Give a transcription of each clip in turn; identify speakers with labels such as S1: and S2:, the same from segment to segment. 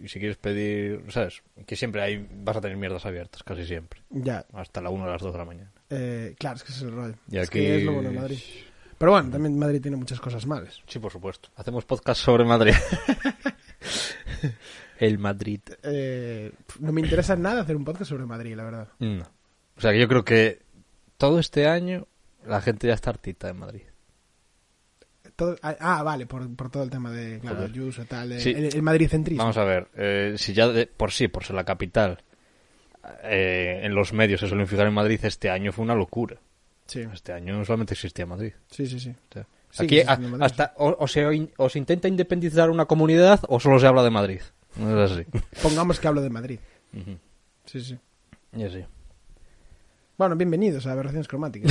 S1: Y si quieres pedir, ¿sabes? Que siempre hay, vas a tener mierdas abiertas, casi siempre.
S2: Ya.
S1: Hasta la 1 o las 2 de la mañana.
S2: Eh, claro, es que ese es el rollo.
S1: Y
S2: Es
S1: aquí-
S2: que es lo bueno de Madrid. Pero bueno, también Madrid tiene muchas cosas malas.
S1: Sí, por supuesto. Hacemos podcast sobre Madrid. El Madrid.
S2: Eh, no me interesa nada hacer un podcast sobre Madrid, la verdad.
S1: No. O sea, que yo creo que todo este año la gente ya está hartita en Madrid.
S2: Todo- ah, ah, vale, por, por todo el tema de, claro,
S1: Joder.
S2: Ayuso, tal, eh,
S1: Sí.
S2: el, el Madrid centrismo.
S1: Vamos a ver, eh, si ya de- por sí, por ser la capital, eh, en los medios se suelen fijar en Madrid, este año fue una locura.
S2: Sí,
S1: Este año solamente existía Madrid.
S2: sí, sí. sí.
S1: O sea,
S2: Sí,
S1: aquí
S2: que se
S1: a-
S2: entiende Madrid,
S1: hasta o, o se, in- o se intenta independizar una comunidad o solo se habla de Madrid. No es así.
S2: Pongamos que hablo de Madrid.
S1: Ujú.
S2: Sí, sí.
S1: Y así.
S2: Bueno, bienvenidos a Aberraciones Cromáticas.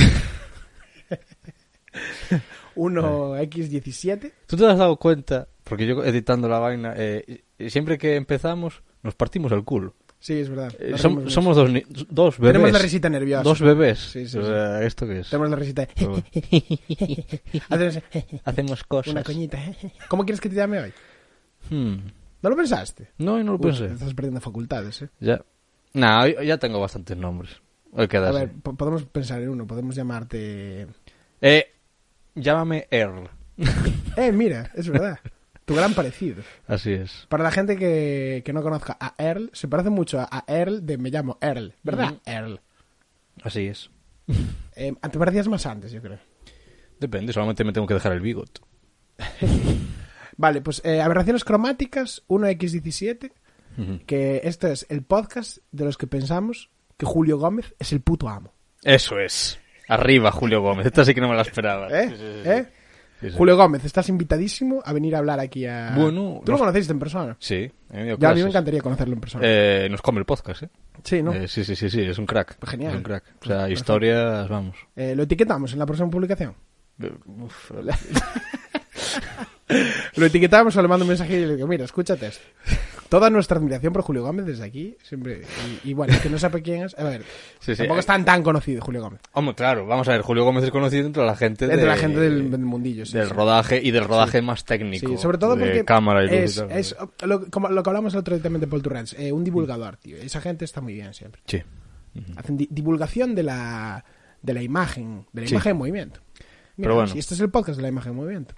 S2: 1x17.
S1: ¿Tú te has dado cuenta? Porque yo editando la vaina, eh, y- y siempre que empezamos nos partimos el culo.
S2: Sí, es verdad.
S1: Eh,
S2: Nos
S1: som-
S2: reímos mucho.
S1: somos dos, ni- dos bebés.
S2: Tenemos la risita nerviosa.
S1: Dos bebés.
S2: Sí, sí,
S1: O sea, ¿Esto qué es?
S2: Tenemos la risita de... Hacemos eh,
S1: Hacemos cosas.
S2: una coñita. eh, ¿Cómo quieres que te llame hoy?
S1: Hmm.
S2: ¿No lo pensaste?
S1: No, y no lo
S2: Uy,
S1: pensé.
S2: Estás perdiendo facultades, ¿eh?
S1: Ya. Nah, hoy- hoy ya tengo bastantes nombres. Hoy
S2: A
S1: quedas.
S2: ver, po- podemos pensar en uno. Podemos llamarte...
S1: Eh, llámame Earl.
S2: Eh, mira, es verdad. Tu gran parecido.
S1: Así es.
S2: Para la gente que, que no conozca a Earl, se parece mucho a, a Earl de Me llamo Earl, ¿verdad?
S1: Ujú.
S2: Earl.
S1: Así es.
S2: Eh, te parecías más antes, yo creo.
S1: Depende, solamente me tengo que dejar el bigot.
S2: Vale, pues eh, Aberraciones Cromáticas 1x17, que este es el podcast de los que pensamos que Julio Gómez es el puto amo.
S1: Eso es. Arriba, Julio Gómez. Esta sí que no me la esperaba.
S2: ¿Eh?
S1: Sí, sí, sí, sí.
S2: ¿Eh?
S1: Sí, sí.
S2: Julio Gómez, estás invitadísimo a venir a hablar aquí a...
S1: Bueno,
S2: Tú lo
S1: nos-
S2: conociste en persona.
S1: Sí, he venido
S2: Ya, a mí me
S1: clases.
S2: encantaría conocerlo en persona.
S1: Eh, nos come el podcast, ¿eh?
S2: sí, ¿no? Pues
S1: Eh, sí, sí, sí, sí, es un crack.
S2: Genial.
S1: Es un crack. O sea,
S2: Perfecto.
S1: historias, vamos.
S2: Eh, lo etiquetamos en la próxima publicación.
S1: Uf,
S2: Lo etiquetamos o le mando un mensaje y le digo, mira, escúchate esto. Toda nuestra admiración por Julio Gómez desde aquí, siempre. Y, y bueno, el que no sepa quién es. A ver,
S1: Sí, sí,
S2: tampoco
S1: eh.
S2: es tan, tan conocido Julio Gómez.
S1: Hombre, claro, vamos a ver, Julio Gómez es conocido entre la gente
S2: Entre
S1: de-
S2: la gente del, del mundillo, sí,
S1: del
S2: sí.
S1: rodaje y del rodaje más técnico.
S2: Sí, sobre todo
S1: de
S2: porque
S1: cámara y luz y
S2: es,
S1: tal.
S2: es lo, como lo que hablamos el otro día también de Paul Turrens, eh,
S1: Mm.
S2: un divulgador, tío. Esa gente está muy bien siempre.
S1: Sí.
S2: Hacen di- divulgación de la, de la imagen, de la
S1: Sí.
S2: imagen en movimiento. Mira,
S1: Pero bueno.
S2: si este es el podcast de la imagen en movimiento.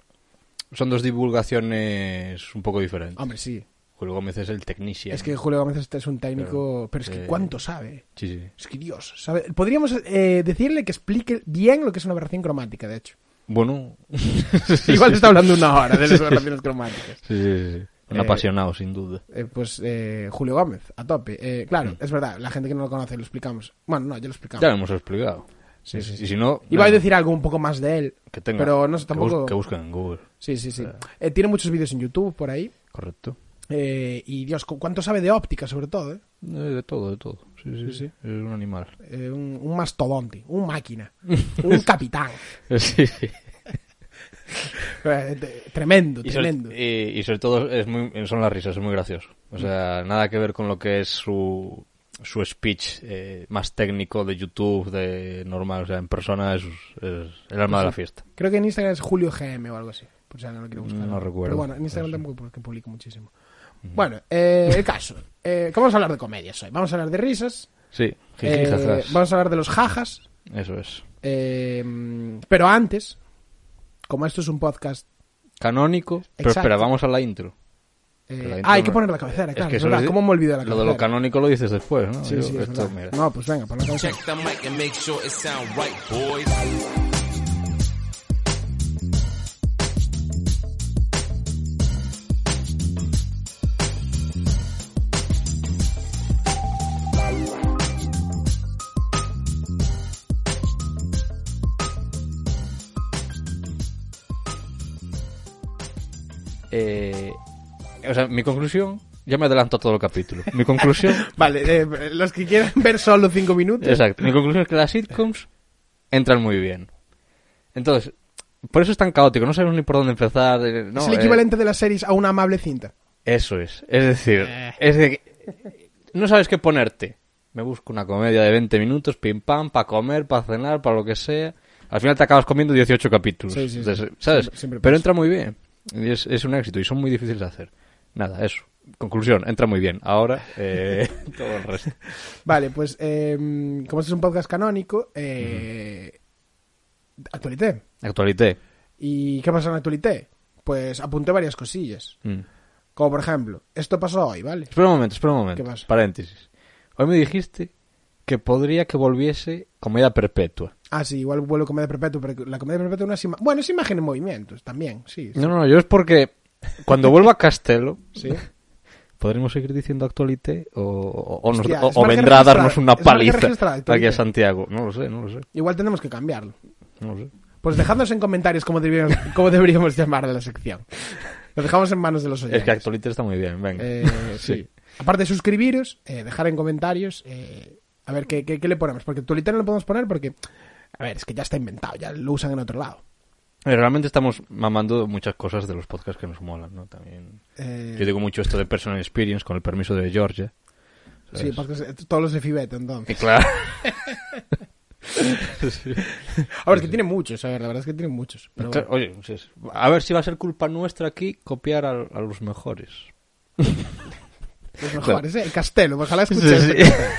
S1: Son dos divulgaciones un poco diferentes.
S2: Hombre, sí.
S1: Julio Gómez es el technician.
S2: Ah. Es que Julio Gómez este es un técnico,
S1: Pero,
S2: pero, es que
S1: eh,
S2: cuánto sabe.
S1: Sí, sí.
S2: Es que Dios, ¿sabe? Podríamos eh, decirle que explique bien lo que es una aberración cromática, de hecho.
S1: Bueno.
S2: Igual está hablando una hora de las aberraciones cromáticas.
S1: Sí, sí, sí. Un
S2: Eh,
S1: apasionado, sin duda.
S2: Eh, pues eh, Julio Gómez, a tope. Eh, claro, es verdad, la gente que no lo conoce lo explicamos. Bueno, no, ya lo explicamos.
S1: Ya lo hemos explicado.
S2: Sí, sí, sí.
S1: Y si no.
S2: Iba a
S1: nada,
S2: decir algo un poco más de él,
S1: Que tenga,
S2: pero no
S1: que
S2: sé, tampoco...
S1: bus- Que busquen en Google.
S2: Sí, sí, sí. Eh, tiene muchos vídeos en YouTube por ahí.
S1: Correcto.
S2: Eh, y Dios, cu- ¿cuánto sabe de óptica sobre todo? eh?
S1: Eh, De todo, de todo. Sí, sí,
S2: Sí,
S1: sí.
S2: sí.
S1: Es un animal.
S2: Eh, un, un mastodonte, un máquina, un capitán.
S1: Sí, sí.
S2: Eh, te- tremendo,
S1: Y sobre,
S2: tremendo.
S1: y- y sobre todo es muy, son las risas, es muy gracioso. O
S2: Mm.
S1: sea, nada que ver con lo que es su, su speech eh, más técnico de YouTube, de normal. O sea, en persona es, es el alma de la fiesta.
S2: Creo que en Instagram es Julio GM o algo así. Por si alguien lo quiere buscar.
S1: No recuerdo.
S2: Pero bueno, en Instagram
S1: No sé.
S2: tampoco porque publico muchísimo. Bueno, eh, el caso. Eh, que vamos a hablar de comedias hoy. Vamos a hablar de risas.
S1: Sí,
S2: eh,
S1: jijijajas.
S2: vamos a hablar de los jajas.
S1: Eso es.
S2: eh, pero antes, como esto es un podcast.
S1: Canónico. Pero
S2: Exacto.
S1: espera, vamos a la intro. Que
S2: eh,
S1: la intro
S2: ah, hay que
S1: no-
S2: poner la cabecera,
S1: Es
S2: claro.
S1: que
S2: es
S1: eso
S2: verdad.
S1: es-
S2: ¿Cómo me olvido de la
S1: Lo
S2: cabecera?
S1: de lo canónico lo dices después, ¿no?
S2: Sí,
S1: Yo-
S2: sí, es
S1: esto, mira.
S2: verdad. No, pues venga, pon la cabecera.
S3: Check the mic and make sure it sound right, boys.
S1: Eh, o sea, mi conclusión Ya me adelanto a todo el capítulo. Mi conclusión.
S2: Vale, eh, los que quieran ver solo 5 minutos.
S1: Exacto. Mi conclusión es que las sitcoms entran muy bien. Entonces, por eso es tan caótico. No sabemos ni por dónde empezar. eh, no,
S2: es el
S1: eh,
S2: equivalente de las series a una amable cinta.
S1: Eso es. Es decir,
S2: Eh.
S1: es de que no sabes qué ponerte. Me busco una comedia de 20 minutos, pim pam, para comer, para cenar, para lo que sea. Al final te acabas comiendo 18 capítulos.
S2: Sí, sí, sí.
S1: de- ¿Sabes?
S2: Siempre- siempre
S1: Pero
S2: pasa.
S1: entra muy bien. Y es, es un éxito y son muy difíciles de hacer. Nada, eso. Conclusión, entra muy bien. Ahora, eh, todo el resto.
S2: Vale, pues eh, como este es un podcast canónico, eh, actualité.
S1: Actualité.
S2: ¿Y qué pasó en actualité? Pues apunté varias cosillas.
S1: Mm.
S2: Como por ejemplo, esto pasó hoy, ¿vale?
S1: Espera un momento, espera un momento.
S2: ¿Qué pasa?
S1: Paréntesis. Hoy me dijiste que podría que volviese Comedia Perpetua.
S2: Ah, sí, igual vuelvo a comedia perpetua, pero la comedia perpetua no es ima- Bueno, es imagen en movimientos también, sí.
S1: No, no, no, yo es porque cuando vuelva a Castelo,
S2: Sí.
S1: podremos seguir diciendo actualité o, o- o nos-
S2: Hostia,
S1: o-
S2: es
S1: o
S2: marca
S1: vendrá a darnos
S2: registrada,
S1: una
S2: es marca registrada,
S1: paliza
S2: actualité.
S1: aquí a Santiago. No lo sé, no lo sé.
S2: Igual tenemos que cambiarlo.
S1: No lo sé.
S2: Pues dejadnos en comentarios cómo deberíamos, cómo deberíamos llamar a la sección. Lo dejamos en manos de los oyentes.
S1: Es que actualité está muy bien, venga.
S2: Eh, sí. Aparte de suscribiros, eh, dejar en comentarios, eh, a ver ¿qué, qué, qué le ponemos. Porque actualidad no lo podemos poner porque, a ver, es que ya está inventado, ya lo usan en otro lado.
S1: Eh, Realmente estamos mamando muchas cosas de los podcasts que nos molan, ¿no? También.
S2: Eh,
S1: Yo digo mucho esto de Personal Experience con el permiso de Georgia.
S2: sí, podcast- eh, todos los de Fibet, entonces.
S1: Y claro.
S2: A ver, es que tiene muchos, a ver, la verdad es que tiene muchos. Pero
S1: Claro,
S2: bueno.
S1: Oye, sí, sí. a ver si va a ser culpa nuestra aquí copiar al- a, los mejores.
S2: Los mejores, ¿eh? El Castelo, ojalá escuches
S1: Sí, sí.
S2: este Castelo.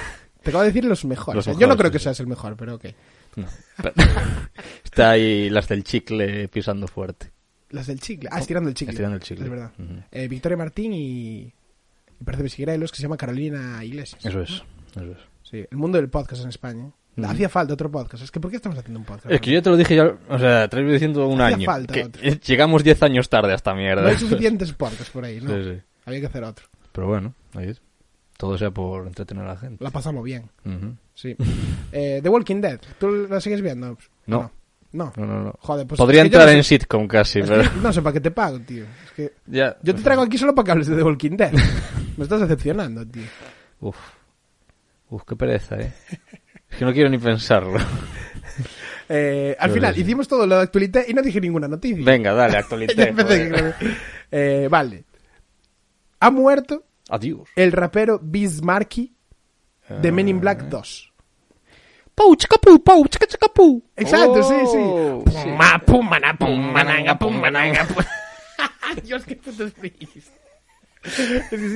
S2: Te acabo de decir los mejores.
S1: Los
S2: ¿eh? Yo no
S1: mejores,
S2: creo
S1: sí,
S2: que
S1: sí.
S2: seas el mejor, pero ok.
S1: No. Está ahí las del chicle pisando fuerte.
S2: Las del chicle. Ah, estirando el chicle.
S1: Estirando el chicle.
S2: Es verdad.
S1: Ujú.
S2: Eh, Victoria Martín y... y Percebes y Grelos, que se llama Carolina Iglesias.
S1: Eso es. Eso es.
S2: Sí, el mundo del podcast en España.
S1: Ujú.
S2: Hacía falta otro podcast. Es que ¿por qué estamos haciendo un podcast?
S1: Mm. Es que yo te lo dije ya, o sea, te lo iba diciendo un
S2: Hacía
S1: año.
S2: falta
S1: que-
S2: otro.
S1: eh, llegamos 10 años tarde a esta mierda.
S2: No hay suficientes podcasts por ahí, ¿no?
S1: Sí, sí.
S2: Había que hacer otro.
S1: Pero bueno, oye, todo sea por entretener a la gente.
S2: La pasamos bien,
S1: Ujú.
S2: sí. Eh, The Walking Dead, ¿tú la sigues viendo?
S1: No.
S2: No.
S1: No, no, no.
S2: Joder, pues...
S1: Podría
S2: es que yo
S1: entrar
S2: no
S1: en
S2: sé-
S1: sitcom casi,
S2: es que
S1: pero...
S2: yo No sé para qué te pago, tío. Es que
S1: Ya,
S2: yo te traigo aquí solo para que hables de The Walking Dead. Me estás decepcionando, tío.
S1: Uf. Uf, qué pereza, ¿eh? Es que no quiero ni pensarlo.
S2: Eh, al
S1: Yo
S2: final,
S1: no sé.
S2: hicimos todo lo de actualidad y no dije ninguna noticia.
S1: Venga, dale,
S2: Ya
S1: actualité.
S2: empecé
S1: joder.
S2: que- Eh, vale. Ha muerto
S1: Adiós.
S2: el rapero Bismarcky de Men in
S1: Ah.
S2: Black 2.
S1: Pau, chicapú, pau, chicachacapú.
S2: Exacto,
S1: Oh,
S2: sí, sí. Puma, puma, na,
S1: pum, mananga, pum, mananga, pum.
S2: Dios, qué puto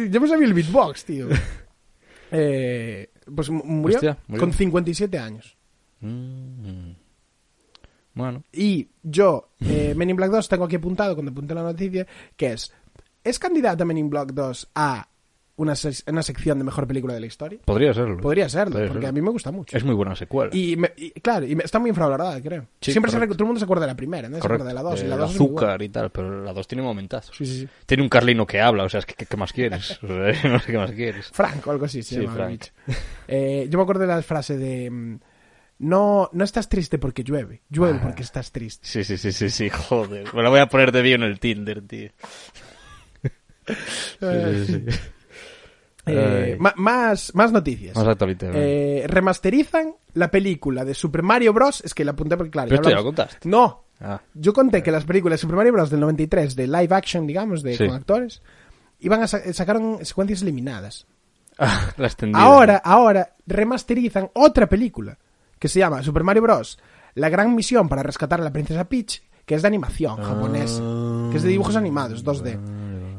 S2: Yo me sabía el beatbox, tío. Eh, pues mu- murió,
S1: Hostia, murió.
S2: con 57 años.
S1: Mm. Bueno,
S2: Y yo, eh, Men in Black 2, tengo aquí apuntado cuando apunté la noticia, que es, ¿es candidata Men in Black 2 a una, ses- una sección de mejor película de la historia?
S1: podría serlo.
S2: Podría serlo,
S1: Pues Podría
S2: porque
S1: serlo.
S2: a mí me gusta mucho.
S1: Es muy buena secuela.
S2: Y, me- y, claro, y me- está muy infravalorada, creo.
S1: Sí,
S2: Siempre se
S1: correcto.
S2: rec- todo el mundo se acuerda de la primera, ¿no? Se
S1: Correcto.
S2: acuerda de la 2 y
S1: de
S2: la 2 es muy buena.
S1: azúcar y tal, pero la 2 tiene momentazos.
S2: Sí, sí, sí.
S1: Tiene un carlino que habla, o sea, es que, que- ¿qué más quieres? O sea, no sé qué más quieres.
S2: Frank o algo así, se
S1: Sí,
S2: llama el
S1: Frank.
S2: bicho. Eh, yo me acuerdo de la frase de mm, no, no estás triste porque llueve,
S1: Ah.
S2: llueve porque estás triste.
S1: Sí, sí, sí, sí, sí, joder. Me la voy a poner de bio en el Tinder, tío. Sí, sí, sí.
S2: Eh,
S1: Ay.
S2: ma- más, más noticias.
S1: Más actualidad,
S2: Eh, remasterizan la película de Super Mario Bros. Es que la apunté porque, claro,
S1: Pero esto ya
S2: hablamos.
S1: lo contaste.
S2: No,
S1: Ah.
S2: yo conté que las películas de Super Mario Bros. del 93, de live action, digamos, de,
S1: Sí.
S2: con actores, iban a sa- sacaron secuencias eliminadas.
S1: Ah, la extendida.
S2: Ahora, ahora remasterizan otra película que se llama Super Mario Bros. La gran misión para rescatar a la princesa Peach, que es de
S1: Ah.
S2: animación japonesa, que es de dibujos animados 2D.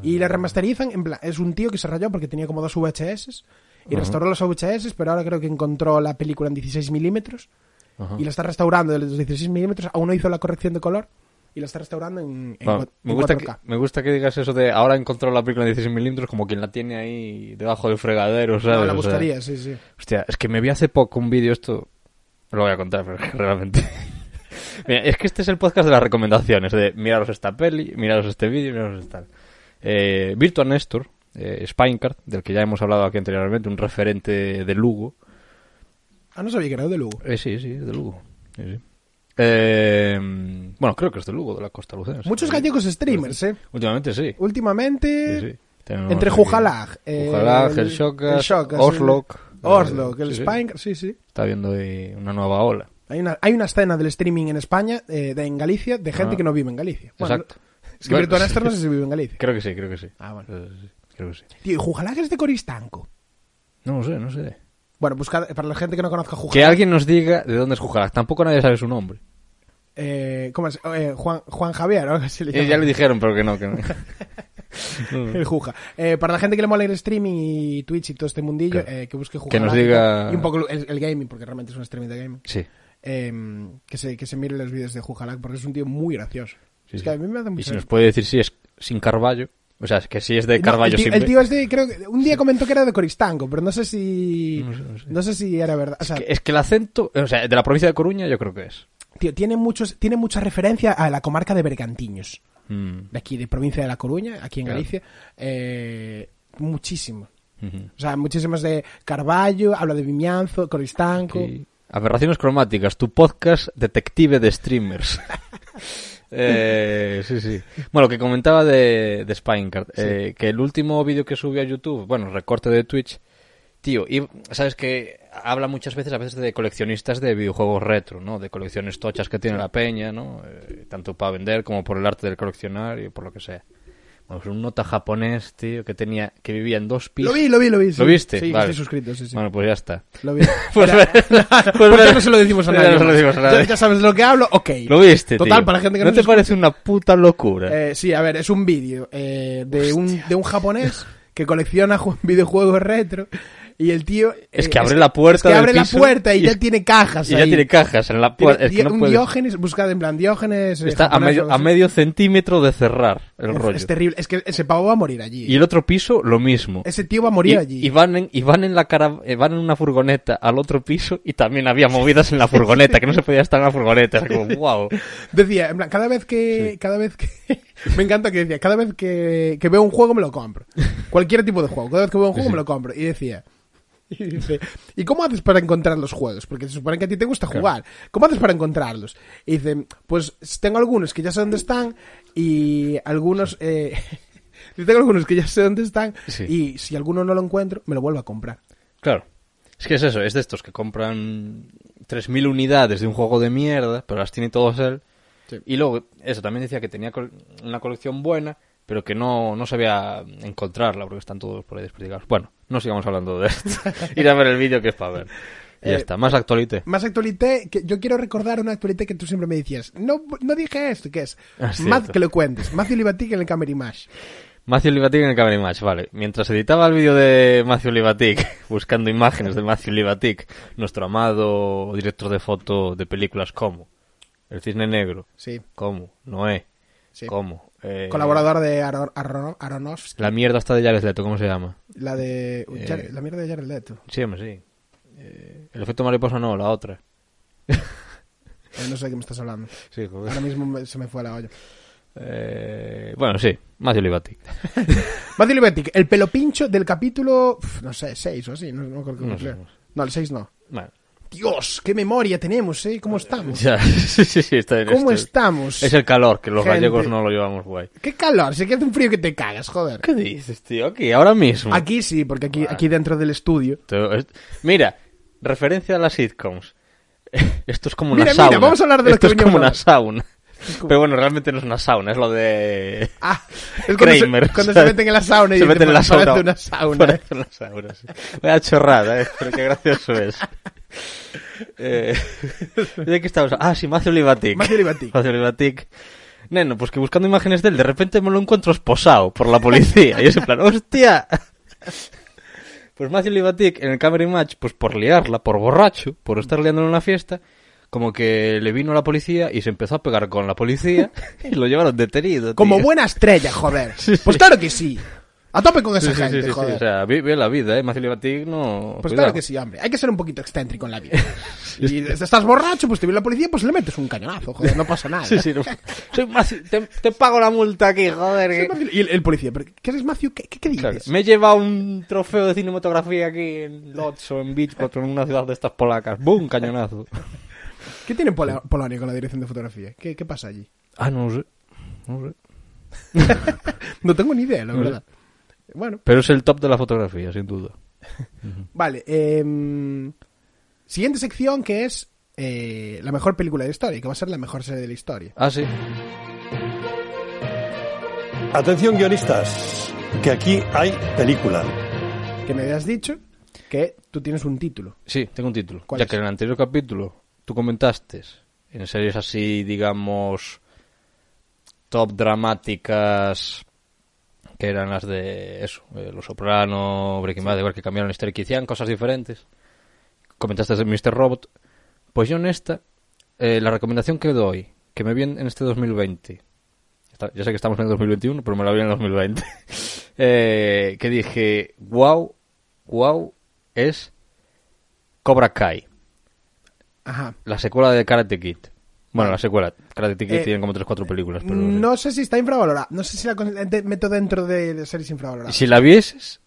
S2: Y la remasterizan, en plan, es un tío que se rayó porque tenía como dos VHS y restauró los VHS, pero ahora creo que encontró la película en 16 milímetros y la está restaurando de los 16 milímetros, aún no hizo la corrección de color y la está restaurando en, en
S1: Bueno,
S2: cua-
S1: me,
S2: en
S1: gusta que,
S2: 4K.
S1: me gusta que digas eso de ahora encontró la película en 16 milímetros como quien la tiene ahí debajo del fregadero, ¿sabes?
S2: No, Ah, la
S1: O sea,
S2: buscaría, sí, sí.
S1: Hostia, es que me vi hace poco un vídeo esto. Lo voy a contar, pero es que realmente. Mira, es que este es el podcast de las recomendaciones: de miraros esta peli, miraros este vídeo, miraros este tal. Eh, Virtual Nestor, eh, Spinecard, del que ya hemos hablado aquí anteriormente, un referente de Lugo.
S2: Ah, no sabía que era de Lugo.
S1: Eh, sí, sí, es de Lugo. Sí, sí. Eh, bueno, creo que es de Lugo, de la Costa Lucense.
S2: Muchos gallegos streamers, eh.
S1: Últimamente sí.
S2: Últimamente
S1: Sí, sí. Tenemos
S2: Entre
S1: aquí
S2: Jujalag, eh,
S1: Jujalag,
S2: el-
S1: el Shokas,
S2: el Shokas,
S1: Orlok.
S2: el- Orlok,
S1: Sí,
S2: el
S1: sí.
S2: Spine, sí, sí.
S1: Está viendo ahí una nueva ola.
S2: Hay una, hay una escena del streaming en España, eh, de, en Galicia, de gente
S1: Ah.
S2: que no vive en Galicia. Bueno,
S1: Exacto.
S2: Es que
S1: Bueno,
S2: Virtua Nastar no sé si vive en Galicia.
S1: Creo que sí, creo que sí.
S2: Ah, bueno.
S1: Eh, sí, Creo que sí.
S2: Tío, ¿y Jujalag es de Coristanco?
S1: No lo sé, no sé.
S2: Bueno, buscad, eh, para la gente que no conozca
S1: Que
S2: Jujalag,
S1: alguien nos diga de dónde es Jujalag. Tampoco nadie sabe su nombre.
S2: eh, ¿cómo es? Eh, Juan, Juan Javier, o algo así le
S1: Eh,
S2: llaman.
S1: ya le dijeron, pero que no, que no.
S2: El Juja. Eh, para la gente que le mola el streaming y Twitch y todo este mundillo,
S1: Claro.
S2: eh, que busque Jujalag.
S1: Que nos
S2: y tal.
S1: diga-
S2: Y un poco el, el gaming, porque realmente es un streaming de gaming.
S1: Sí.
S2: Eh, que, se, que se mire los vídeos de Jujalag, porque es un tío muy gracioso.
S1: sí,
S2: es
S1: sí.
S2: que a mí me hace
S1: Y
S2: mucha
S1: si nos
S2: gracia.
S1: puede decir si es sin Carballo. O sea, que si es de
S2: No,
S1: Carballo
S2: el, tío,
S1: sin
S2: el
S1: B.
S2: tío es de, creo que un día comentó que era de Coristanco, pero no sé si, no sé, si era verdad. O sea,
S1: Que- Es que el acento, o sea, de la provincia de Coruña yo creo que es.
S2: tío, tiene muchos, tiene mucha referencia a la comarca de Bergantiños,
S1: Mm.
S2: de aquí, de provincia de La Coruña, aquí en
S1: Claro.
S2: Galicia, eh, muchísimo.
S1: Ujú.
S2: O sea, muchísimos de Carballo, habla de Vimianzo, Coristanco.
S1: Aquí. Aberraciones cromáticas, tu podcast detective de streamers. Eh, sí, sí. Bueno, lo que comentaba de, de Spinecart, eh, que el último vídeo que subió a YouTube, bueno, recorte de Twitch, tío, y sabes que habla muchas veces, a veces, de coleccionistas de videojuegos retro, ¿no? De colecciones tochas que tiene la peña, ¿no? Eh, tanto para vender como por el arte del coleccionar y por lo que sea. Bueno, pues un nota japonés, tío, que tenía, que vivía en dos pisos.
S2: Lo vi, lo vi, lo vi. sí.
S1: ¿Lo viste?
S2: Sí, que
S1: Vale.
S2: estoy suscrito, sí, sí.
S1: Bueno, pues ya está.
S2: Lo vi.
S1: Pues,
S2: Mira,
S1: pues
S2: ¿Por qué
S1: ver-
S2: no se lo decimos a
S1: Ya
S2: nadie?
S1: no se lo
S2: más?
S1: decimos a
S2: Ya,
S1: nadde.
S2: ya sabes de lo que hablo, ok.
S1: Lo viste,
S2: Total,
S1: tío.
S2: para la gente que
S1: ¿No
S2: no
S1: te
S2: nos
S1: parece una puta locura?
S2: Eh, sí, a ver, es un vídeo eh, de, un, de un japonés que colecciona ju- videojuegos retro y el tío... eh,
S1: es que abre la puerta
S2: es que
S1: del
S2: abre
S1: piso
S2: la puerta y, ya
S1: es-
S2: tiene cajas
S1: y ya
S2: ahí.
S1: tiene cajas en la
S2: Tiene
S1: puerta. Es que
S2: di-
S1: no
S2: un
S1: puedes-
S2: Diógenes, buscad en plan Diógenes... eh,
S1: Está a
S2: japonés,
S1: medio,
S2: algo
S1: a
S2: así.
S1: medio centímetro de cerrar el
S2: Es-
S1: rollo.
S2: Es terrible, es que ese pavo va a morir allí. eh.
S1: Y el otro piso, lo mismo.
S2: Ese tío va a morir
S1: y,
S2: allí.
S1: y van en, y van en la cara, eh, van en una furgoneta al otro piso y también había movidas en la furgoneta, que no se podía estar en la furgoneta. Era como, wow.
S2: Decía, en plan, cada vez que. Cada vez que. me encanta que decía, cada vez que, que veo un juego me lo compro. Cualquier tipo de juego, cada vez que veo un juego me lo compro. Y decía. Y dice, ¿y cómo haces para encontrar los juegos? Porque se supone que a ti te gusta jugar. ¿Cómo haces para encontrarlos? Y dice, pues tengo algunos que ya sé dónde están y algunos... Eh, dice, tengo algunos que ya sé dónde están
S1: Sí.
S2: y si alguno no lo encuentro, me lo vuelvo a comprar.
S1: Claro. Es que es eso, es de estos que compran 3.000 unidades de un juego de mierda, pero las tiene todos él.
S2: Sí.
S1: Y luego, eso, también decía que tenía col- una colección buena, pero que no, no sabía encontrarla porque están todos por ahí desperdigados. Bueno, no sigamos hablando de esto. Ir a ver el vídeo que es para ver. Y
S2: Eh,
S1: ya está, más actualite.
S2: Más actualité, que yo quiero recordar una actualité que tú siempre me decías. No, no dije esto, que es?
S1: Ah, es
S2: Matt,
S1: cierto.
S2: que lo cuentes. Matthew Libatic en el Camera Image.
S1: Matthew Libatic en el Cabaret Match, vale. Mientras editaba el vídeo de Matthew Libatic, buscando imágenes de Matthew Libatic, nuestro amado director de foto de películas como El Cisne Negro,
S2: Sí,
S1: como Noé,
S2: sí.
S1: como eh,
S2: Colaborador de Aro- Aro- Aronofsky.
S1: La mierda está de Jared Leto, ¿cómo se llama?
S2: La de. uy,
S1: Eh,
S2: Jared- la mierda de Jared Leto.
S1: Sí, hombre, sí. Eh, el efecto mariposa no, la otra.
S2: Eh, no sé de qué me estás hablando.
S1: Sí,
S2: Ahora mismo me- se me fue la olla.
S1: eh, Bueno, sí, Matthew Libatic.
S2: Matthew Libatic, el pelo pincho del capítulo. uf, no sé, 6 o así. No, no creo que
S1: No sé.
S2: no, no, el 6 no.
S1: Bueno,
S2: Dios, qué memoria tenemos, ¿eh? ¿Cómo estamos?
S1: ya, sí, sí, sí, está en
S2: ¿Cómo
S1: esto.
S2: estamos?
S1: Es el calor, que los
S2: Gente.
S1: gallegos no lo llevamos guay.
S2: Qué calor, se que hace un frío que te cagas, joder.
S1: ¿Qué dices, tío? Aquí, ahora mismo.
S2: Aquí sí, porque aquí, aquí dentro del estudio.
S1: Esto- es- Mira, referencia a las sitcoms. Esto es como una
S2: Mira, mira,
S1: sauna.
S2: vamos a hablar de lo
S1: Esto
S2: que
S1: es como
S2: veníamos
S1: una sauna.
S2: como-
S1: Pero bueno, realmente no es una sauna, es lo de...
S2: Ah, es cuando, se-
S1: Kramer,
S2: cuando se,
S1: ¿sabes?
S2: meten en la sauna y
S1: se
S2: dicen,
S1: meten en la
S2: "Parece
S1: sauna.
S2: una sauna. ¿eh?
S1: Parece una sauna, sí. Vaya chorrada, eh, pero qué gracioso es. Eh, ¿De qué estamos? Ah, sí, Matthew Libatic.
S2: Matthew Libatic.
S1: Matthew Libatic. Neno, pues que buscando imágenes de él, de repente me lo encuentro esposado por la policía. Y es en plan, ¡hostia! Pues Matthew Libatic en el Camera Match, pues por liarla, por borracho, por estar liando en una fiesta, como que le vino la policía y se empezó a pegar con la policía y lo llevaron detenido.
S2: Como
S1: tío.
S2: buena estrella, joder.
S1: Sí, sí.
S2: Pues claro que sí. A tope con esa
S1: Sí, sí,
S2: gente,
S1: sí, sí,
S2: joder.
S1: O sea, vive la vida, ¿eh? Matthew Libatic no...
S2: pues
S1: cuidado.
S2: claro que sí, hombre. Hay que ser un poquito excéntrico en la vida. Y estás borracho, pues te viene la policía, pues le metes un cañonazo, joder, no pasa nada.
S1: Sí, sí, no. Soy Matthew- te, te pago la multa aquí, joder. que-
S2: Y el, el policía, ¿pero qué eres, Matthew? ¿Qué, qué, qué dices?
S1: Claro, Me he llevado un trofeo de cinematografía aquí en Lodz o en Beachport o en una ciudad de estas polacas. ¡Bum! Cañonazo.
S2: ¿Qué tiene Pola- Polonia con la dirección de fotografía? ¿Qué, qué pasa allí?
S1: Ah, no lo sé. No lo sé.
S2: No tengo ni idea, la
S1: No sé.
S2: verdad. Bueno,
S1: Pero es el top de la fotografía, sin duda.
S2: vale. em, siguiente sección que es eh, la mejor película de la historia, que va a ser la mejor serie de la historia.
S1: Ah, sí.
S4: Atención guionistas, que aquí hay película.
S2: Que me habías dicho que tú tienes un título.
S1: Sí, tengo un título.
S2: ¿Cuál
S1: Ya
S2: es?
S1: que en el anterior capítulo tú comentaste, en series así, digamos, top dramáticas, que eran las de eso, eh, Los Soprano, Breaking Bad, igual que cambiaron Esther Kician, cosas diferentes. Comentaste de Mr. Robot. Pues yo en esta, eh, la recomendación que doy, que me vi en en este 2020, Está- ya sé que estamos en el 2021, pero me la vi en el 2020, eh, que dije, wow, wow, es Cobra Kai,
S2: Ajá.
S1: la secuela de Karate Kid. Bueno, la secuela. Karate Kid
S2: Eh,
S1: tiene como 3-4 películas, pero no sé.
S2: No sé si está infravalorada. No sé si la con- de- meto dentro de, de series infravaloradas.
S1: Si la vieses,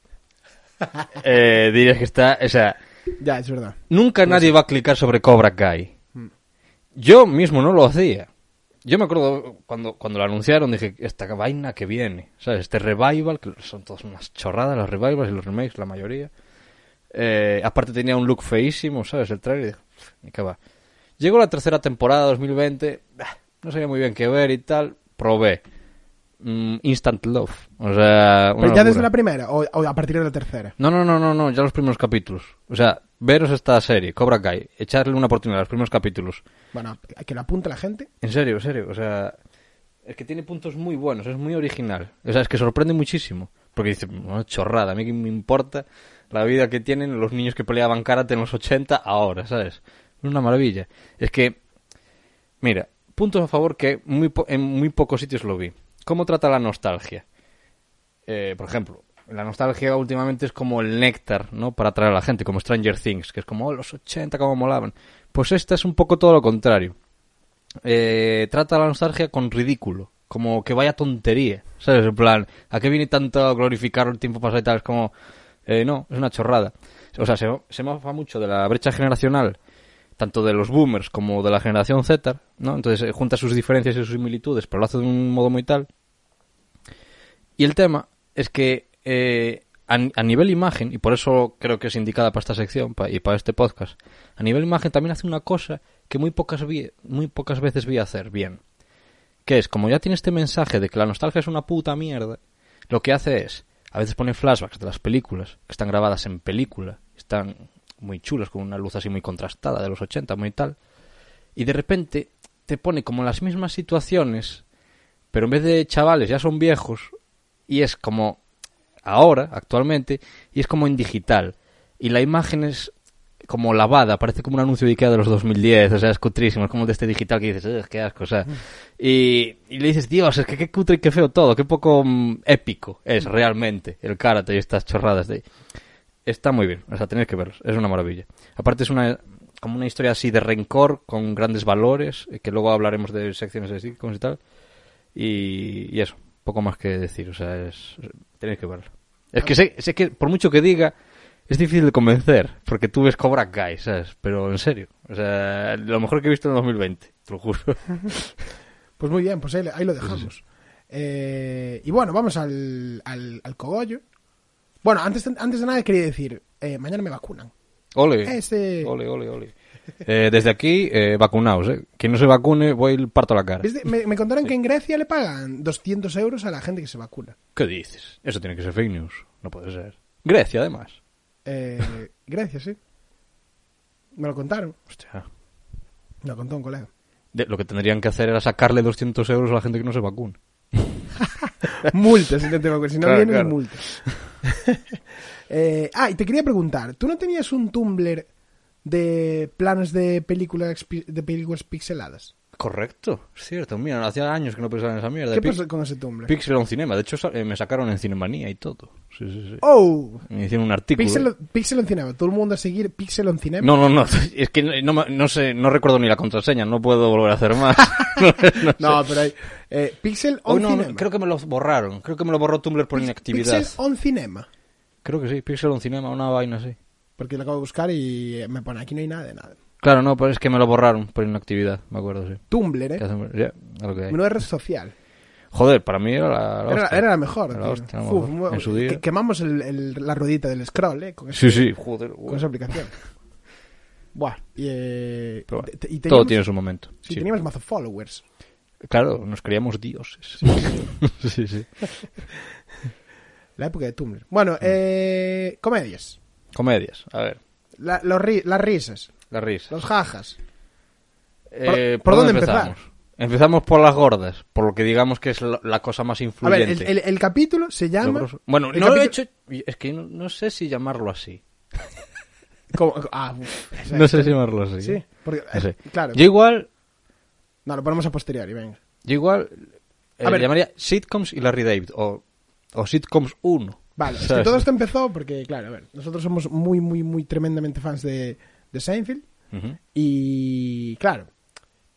S1: eh, dirías que está... O sea,
S2: Ya, es verdad.
S1: nunca nadie va a clicar sobre Cobra Kai.
S2: Mm.
S1: Yo mismo no lo hacía. Yo me acuerdo cuando, cuando lo anunciaron, dije, esta vaina que viene, ¿sabes? Este revival, que son todas unas chorradas las revivals y los remakes, la mayoría. Eh, aparte tenía un look feísimo, ¿sabes? El trailer, y dije, "Pff, ni qué va". Llegó la tercera temporada, 2020, bah, no sabía muy bien qué ver y tal, probé. Mm, Instant Love, o sea... una
S2: Pero ya desde
S1: locura.
S2: la primera o, o a partir de la tercera.
S1: No, no, no, no, no, ya los primeros capítulos. O sea, veros esta serie, Cobra Kai, echarle una oportunidad, los primeros capítulos.
S2: Bueno, que lo apunta la gente.
S1: En serio, en serio, o sea, es que tiene puntos muy buenos, es muy original. O sea, es que sorprende muchísimo. Porque dice, una chorrada, a mí que me importa la vida que tienen los niños que peleaban karate en los 80 ahora, ¿sabes? Es una maravilla. Es que, mira, puntos a favor que muy po- en muy pocos sitios lo vi. ¿Cómo trata la nostalgia? eh, por ejemplo, la nostalgia últimamente es como el néctar, ¿no? Para atraer a la gente, como Stranger Things, que es como, oh, los 80, cómo molaban. Pues esta es un poco todo lo contrario. Eh, trata la nostalgia con ridículo, como que vaya tontería, ¿sabes? En plan, ¿a qué viene tanto glorificar el tiempo pasado y tal? Es como, eh, no, es una chorrada. O sea, se, se mofa mucho de la brecha generacional, tanto de los boomers como de la generación Z, ¿no? Entonces eh, junta sus diferencias y sus similitudes, pero lo hace de un modo muy tal. Y el tema es que eh, a, a nivel imagen, y por eso creo que es indicada para esta sección pa- y para este podcast, a nivel imagen también hace una cosa que muy pocas, vi- muy pocas veces vi hacer bien. Que es, como ya tiene este mensaje de que la nostalgia es una puta mierda, lo que hace es, a veces pone flashbacks de las películas, que están grabadas en película, están muy chulas, con una luz así muy contrastada de los 80, muy tal, y de repente te pone como las mismas situaciones pero en vez de chavales ya son viejos y es como ahora, actualmente, y es como en digital. Y la imagen es como lavada, parece como un anuncio de Ikea de los 2010, o sea, es cutrísimo, es como de este digital que dices, "Ugh, qué asco, o sea. Y, y le dices, Dios, es que qué cutre y qué feo todo, qué poco mm, épico es realmente el karate y estas chorradas de está muy bien, o sea, tenéis que verlos, es una maravilla. Aparte es una como una historia así de rencor con grandes valores, eh, que luego hablaremos de secciones así, como y tal. Y, y eso, poco más que decir, o sea, es, tenéis que verlo. Es que sé, sé que por mucho que diga es difícil de convencer, porque tú ves Cobra Kai, ¿sabes? Pero en serio, o sea, lo mejor que he visto en 2020, te lo juro.
S2: Pues muy bien, pues ahí, ahí lo dejamos. Eh, y bueno, vamos al, al, al cogollo. Bueno, antes, antes de nada quería decir, eh, mañana me vacunan.
S1: Ole.
S2: Ese-
S1: Ole, ole, ole. Eh, desde aquí, eh, vacunaos, ¿eh? Quien no se vacune, voy y le parto la cara.
S2: ¿Viste? Me, me contaron que en Grecia le pagan 200 euros a la gente que se vacuna.
S1: ¿Qué dices? Eso tiene que ser fake news, no puede ser. Grecia, además.
S2: Eh, Grecia, sí. Me lo contaron.
S1: Hostia.
S2: Me lo contó un colega.
S1: De- lo que tendrían que hacer era sacarle 200 euros a la gente que no se vacune.
S2: Multas, si, no te vacunas, si no
S1: Claro,
S2: vienen,
S1: claro.
S2: multas. Eh, ah, y te quería preguntar, ¿tú no tenías un Tumblr de planes de películas, pi- de películas pixeladas?
S1: Correcto, cierto. Mira, hacía años que no pensaba en esa mierda.
S2: ¿Qué
S1: Pix-
S2: pasó con ese Tumblr?
S1: Pixel on Cinema. De hecho, sa- eh, me sacaron en Cinemanía y todo. Sí, sí, sí.
S2: ¡Oh!
S1: Me hicieron un artículo.
S2: Pixel, Pixel on Cinema. Todo el mundo a seguir Pixel on Cinema.
S1: No, no, no. Es que no, no me- no sé, no recuerdo ni la contraseña. No puedo volver a hacer más. no, no sé.
S2: No, pero hay... eh, Pixel
S1: Oh,
S2: on
S1: no,
S2: Cinema.
S1: no, creo que me lo borraron. Creo que me lo borró Tumblr por
S2: Pix-
S1: inactividad.
S2: Pixel on Cinema.
S1: Creo que sí. Pixel on Cinema, una vaina así.
S2: Porque lo acabo de buscar y eh, me pone aquí no hay nada de nada.
S1: Claro, no, pero es que me lo borraron por inactividad. Me acuerdo, sí.
S2: Tumblr,
S1: ¿Qué
S2: ¿eh?
S1: hacen? Ya, a lo que hay.
S2: Menuda red social.
S1: Joder, para mí era la, la
S2: Era,
S1: hostia.
S2: era la mejor,
S1: Era la
S2: tío.
S1: hostia, a lo
S2: Uf,
S1: mejor,
S2: mu-
S1: en su día.
S2: que- quemamos el- el- la ruedita del scroll, eh, con, ese-
S1: Sí, sí, joder.
S2: con esa aplicación. Buah, y, eh,
S1: Pero bueno,
S2: te- y
S1: todo
S2: teníamos-
S1: tiene su momento.
S2: sí,
S1: sí.
S2: teníamos mazo followers.
S1: Claro, nos creíamos dioses. sí, sí.
S2: La época de Tumblr.
S1: Mm.
S2: Bueno, eh, comedias.
S1: Comedias, a ver.
S2: La- los ri- las risas,
S1: La risa.
S2: los jajas.
S1: Eh,
S2: ¿por dónde empezar?
S1: empezamos? Empezamos por las gordas, por lo que digamos que es la, la cosa más
S2: A
S1: influyente.
S2: ver, el, el- el capítulo se
S1: Lo
S2: llama...
S1: grosso. Bueno,
S2: el
S1: no lo he hecho...
S2: capítulo-
S1: Es que no, no sé si llamarlo así.
S2: como- ah, uf, esa-
S1: No sé
S2: esa-
S1: si llamarlo así.
S2: Sí,
S1: ¿eh?
S2: porque...
S1: No sé.
S2: eh, Claro.
S1: Yo igual...
S2: No, lo ponemos a posteriori, venga.
S1: Yo igual... eh,
S2: A ver.
S1: le llamaría sitcoms y Larry David. O, o sitcoms 1.
S2: Vale, es que
S1: ¿sabes?
S2: todo esto empezó porque, claro, a ver, nosotros somos muy, muy, muy tremendamente fans de, de Seinfeld.
S1: Ujú,
S2: Y, claro,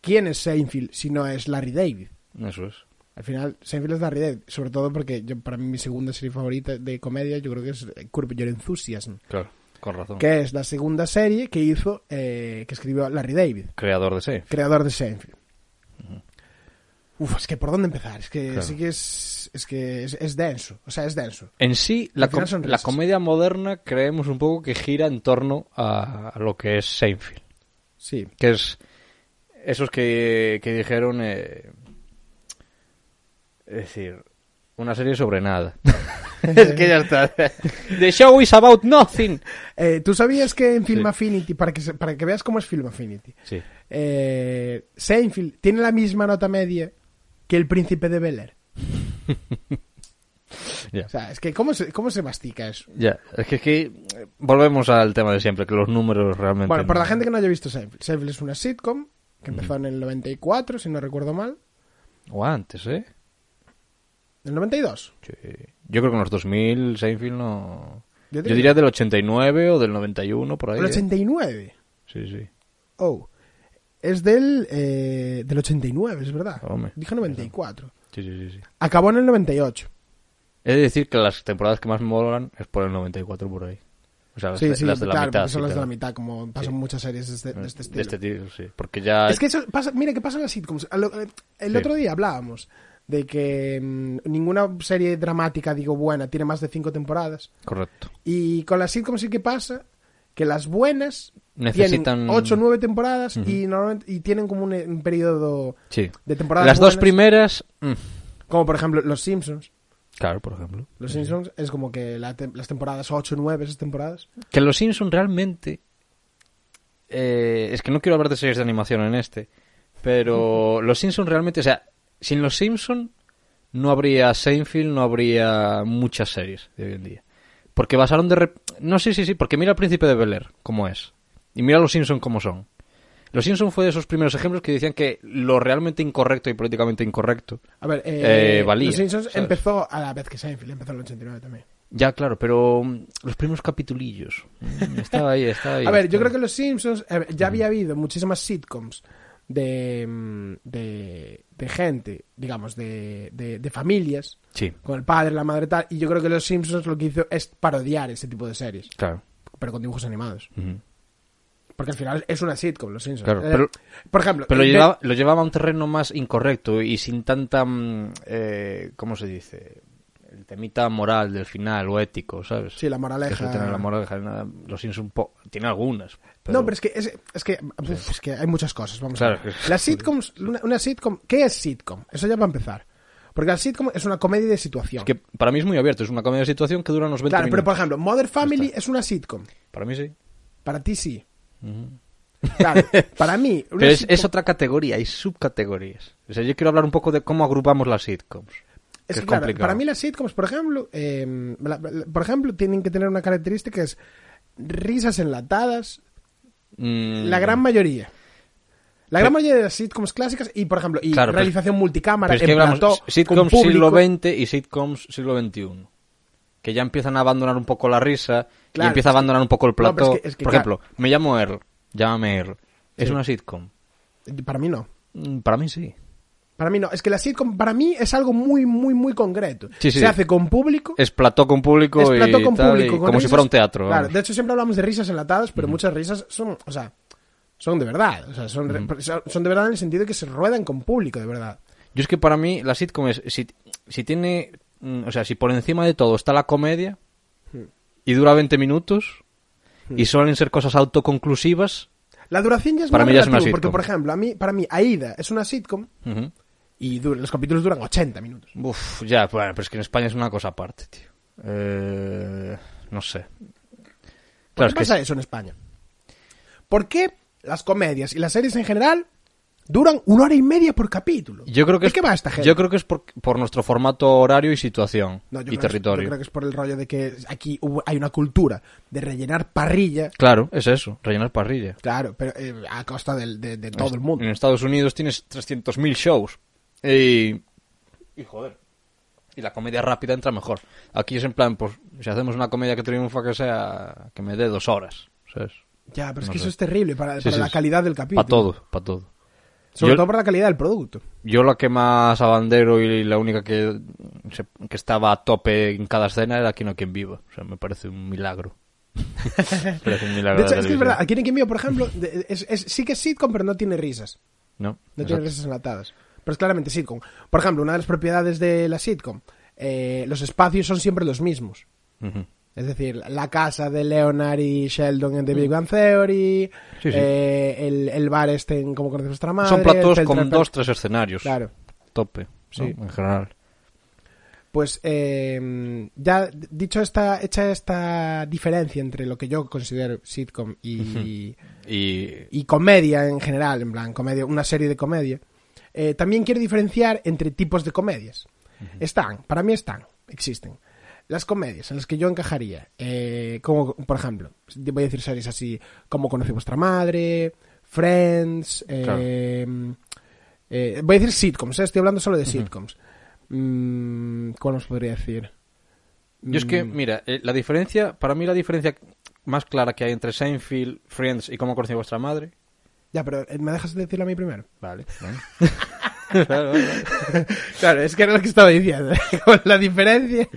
S2: ¿quién es Seinfeld si no es Larry David?
S1: Eso es.
S2: Al final, Seinfeld es Larry David, sobre todo porque yo, para mí mi segunda serie favorita de comedia yo creo que es eh, Curb Your Enthusiasm,
S1: Claro, con razón.
S2: que es la segunda serie que hizo, eh, que escribió Larry David,
S1: Creador de Seinfeld.
S2: creador de Seinfeld. Uf, es que por dónde empezar, es que
S1: Claro.
S2: sí que es, es que es, es denso, o sea, es denso.
S1: En sí, la,
S2: Al final
S1: com-
S2: son
S1: la
S2: risas.
S1: comedia moderna creemos un poco que gira en torno a, a lo que es Seinfeld.
S2: Sí,
S1: Que es esos que, que dijeron... eh, es decir, una serie sobre nada. es que ya está. The show is about nothing.
S2: Eh, ¿Tú sabías que en Film
S1: Sí.
S2: Affinity, para que, se- para que veas cómo es Film Affinity,
S1: Sí.
S2: eh, Seinfeld tiene la misma nota media que El Príncipe de Bel Air?
S1: Ya.
S2: O sea, es que ¿cómo se, cómo se mastica eso?
S1: Ya, es que, es que, eh, volvemos al tema de siempre, que los números realmente...
S2: Bueno, para
S1: no-
S2: la gente que no haya visto Seinfeld, Seinfeld es una sitcom que empezó en el 94, si no recuerdo mal.
S1: O antes, ¿eh?
S2: ¿En el 92?
S1: Sí. Yo creo que en los 2000 Seinfeld no...
S2: Yo
S1: Yo
S2: diría-
S1: diría, del 89 o del 91, por ahí.
S2: ¿El
S1: ¿eh?
S2: 89?
S1: Sí, sí.
S2: Oh. Es del, eh, del 89, es verdad.
S1: Hombre.
S2: Dije 94.
S1: Sí, sí, sí, sí.
S2: Acabó en el 98.
S1: Es decir, que las temporadas que más me molan es por el 94 por ahí. O sea, las,
S2: Sí,
S1: de,
S2: sí,
S1: las de la
S2: claro,
S1: mitad.
S2: porque son
S1: sí,
S2: las de la
S1: claro.
S2: mitad, como pasan
S1: Sí.
S2: muchas series de este, de este estilo.
S1: De este tipo, sí. Porque ya...
S2: Es que eso pasa, mira que pasa en las sitcoms. A lo- eh, El
S1: Sí.
S2: otro día hablábamos de que mm, ninguna serie dramática, digo, buena, tiene más de cinco temporadas.
S1: Correcto.
S2: Y con las sitcoms sí que pasa que las buenas
S1: Necesitan-
S2: tienen ocho o nueve temporadas y normalmente y tienen como un, un periodo
S1: Sí.
S2: de temporadas
S1: Las dos
S2: buenas,
S1: primeras... mm.
S2: como por ejemplo Los Simpsons.
S1: Claro, por ejemplo.
S2: Los Simpsons es como que la tem- las temporadas 8 o 9, esas temporadas.
S1: Que los Simpsons realmente... eh, es que no quiero hablar de series de animación en este, pero los Simpsons realmente... O sea, sin los Simpsons no habría Seinfeld, no habría muchas series de hoy en día. Porque basaron de... rep- No, sí, sí, sí, porque mira al Príncipe de Bel-Air, como es. Y mira a los Simpsons como son. Los Simpsons fue de esos primeros ejemplos que decían que lo realmente incorrecto y políticamente incorrecto...
S2: A ver, eh,
S1: Eh, valía,
S2: Los Simpsons
S1: ¿sabes?
S2: empezó a la vez que Seinfeld, empezó en el 89 también.
S1: Ya, claro, pero mm, los primeros capitulillos. mm, Estaba ahí, estaba ahí.
S2: A ver, yo
S1: estaba
S2: creo que los Simpsons a ver, ya había habido muchísimas sitcoms de, mm, de, de gente, digamos, de, de, de familias,
S1: ahí. Sí,
S2: con el padre, la madre tal, y yo creo que los Simpsons lo que hizo es parodiar ese tipo de series,
S1: claro.
S2: pero con dibujos animados.
S1: Ujú.
S2: Porque al final es una sitcom, los Simpsons.
S1: Claro,
S2: Eh,
S1: pero-
S2: por ejemplo,
S1: Pero lo
S2: Eh, de-
S1: llevaba, lo llevaba a un terreno más incorrecto y sin tanta, mm, eh, ¿cómo se dice? El temita moral del final o ético, ¿sabes?
S2: Sí, la moraleja.
S1: Que suele tener la moraleja, nada, los Simpsons po- tiene algunas.
S2: No, pero es que, es, es que, uf, es que hay muchas cosas. Vamos
S1: Claro,
S2: a ver.
S1: que-
S2: Las sitcoms, una, una sitcom, ¿qué es sitcom? Eso ya para empezar. Porque la sitcom es una comedia de situación.
S1: que para mí es muy abierto, es una comedia de situación que dura unos 20
S2: claro, pero
S1: minutos.
S2: por ejemplo, Mother Family es una sitcom.
S1: Para mí sí.
S2: Para ti sí. Claro, para mí. una
S1: Pero es,
S2: sitcom-
S1: es otra categoría, hay subcategorías. O sea, yo quiero hablar un poco de cómo agrupamos las sitcoms.
S2: es
S1: que
S2: que, claro,
S1: complicado.
S2: para mí las sitcoms, por ejemplo, eh, la- la- por ejemplo, tienen que tener una característica que es risas enlatadas,
S1: Mm,
S2: la gran mayoría. La
S1: Pero-
S2: gran mayoría de las sitcoms clásicas y, por ejemplo, y
S1: Claro, pero-
S2: realización multicámara,
S1: Pero es que
S2: en
S1: hablamos
S2: plató, con
S1: sitcoms
S2: público.
S1: siglo XX y sitcoms siglo XXI. Que ya empiezan a abandonar un poco la risa y
S2: Claro,
S1: empieza a
S2: es que-
S1: abandonar un poco el
S2: No, pero
S1: plato.
S2: es que- es que,
S1: Por
S2: claro.
S1: ejemplo, me llamo Earl, llámame Earl. Es
S2: Sí.
S1: una sitcom.
S2: Para mí no.
S1: Mm, Para mí sí.
S2: Para mí no, es que la sitcom para mí es algo muy, muy, muy concreto.
S1: Sí, sí.
S2: Se hace con público.
S1: Es plató con público
S2: es plató
S1: y
S2: con
S1: tal,
S2: público.
S1: y
S2: con
S1: como si
S2: risas.
S1: fuera un teatro.
S2: Claro,
S1: vamos.
S2: de hecho siempre hablamos de risas enlatadas, pero muchas risas son, o sea, son de verdad. O sea, son, re- son de verdad en el sentido de que se ruedan con público, de verdad.
S1: Yo es que para mí la sitcom es, si, si tiene, mm, o sea, si por encima de todo está la comedia
S2: Hmm.
S1: y dura 20 minutos y suelen ser cosas autoconclusivas,
S2: La duración ya es
S1: Para
S2: muy
S1: mí ya es una
S2: relativo, porque
S1: sitcom.
S2: por ejemplo, a mí para mí Aida es una sitcom
S1: ujú,
S2: y dura- los capítulos duran 80 minutos.
S1: uf, ya, bueno, pero es que en España es una cosa aparte, tío. Eh, no sé.
S2: ¿Por
S1: Claro,
S2: qué
S1: es que
S2: pasa eso en España? ¿Por qué las comedias y las series en general duran una hora y media por capítulo?
S1: Yo creo que
S2: ¿De
S1: es,
S2: qué va esta gente?
S1: Yo creo que es por, por nuestro formato horario y situación
S2: No, yo
S1: y
S2: creo que es-
S1: territorio.
S2: yo creo que es por el rollo de que aquí hubo- hay una cultura de rellenar parrilla,
S1: Claro, es eso, rellenar parrilla.
S2: claro, pero eh, a costa del- de, de todo el mundo.
S1: En Estados Unidos tienes 300.000 shows. Y... Y joder. Y la comedia rápida entra mejor. Aquí es en plan, pues, si hacemos una comedia que triunfa, que sea... Que me dé dos horas, ¿sabes?
S2: Ya, pero es
S1: no
S2: que
S1: sé.
S2: eso es terrible para,
S1: Sí,
S2: para
S1: sí,
S2: la
S1: sí.
S2: calidad del capítulo.
S1: Para todo, para todo.
S2: Sobre
S1: Yo-
S2: todo para la calidad del producto.
S1: Yo la que más abandero y la única que, se- que estaba a tope en cada escena era Aquí no hay quien viva. O sea, me parece un milagro. Me parece un milagro
S2: De hecho,
S1: la
S2: es que
S1: televisión.
S2: es verdad, aquí en Quien Viva, por ejemplo, de- es- es- sí que es sitcom, pero no tiene risas.
S1: No,
S2: No tiene
S1: exacto.
S2: risas enlatadas. Pero es claramente sitcom. Por ejemplo, una de las propiedades de la sitcom, eh, los espacios son siempre los mismos.
S1: Ujú.
S2: Es decir, la casa de Leonard y Sheldon en The Big Bang Theory,
S1: Mm. Sí, sí.
S2: eh, el, el bar este en Como conoce vuestra madre...
S1: Son platos
S2: etcétera,
S1: con
S2: etcétera.
S1: dos, tres escenarios.
S2: Claro.
S1: Tope, ¿no?
S2: Sí.
S1: en general.
S2: Pues eh, ya dicho esta, hecha esta diferencia entre lo que yo considero sitcom y,
S1: Y
S2: y comedia en general, en plan, comedia, una serie de comedia. Eh, también quiero diferenciar entre tipos de comedias. Están, para mí están, existen. Las comedias en las que yo encajaría, eh, como por ejemplo, voy a decir series así, como conoce vuestra madre, Friends, eh, eh, voy a decir sitcoms, eh, estoy hablando solo de sitcoms. Mm, ¿Cuál os podría decir?
S1: yo es que,
S2: Mm.
S1: mira, eh, la diferencia, para mí la diferencia más clara que hay entre Seinfeld, Friends y Cómo conocí a vuestra madre.
S2: Ya, pero eh, ¿me dejas decirlo a mí primero?
S1: Vale.
S2: Claro, es que era lo que estaba diciendo. Con la diferencia.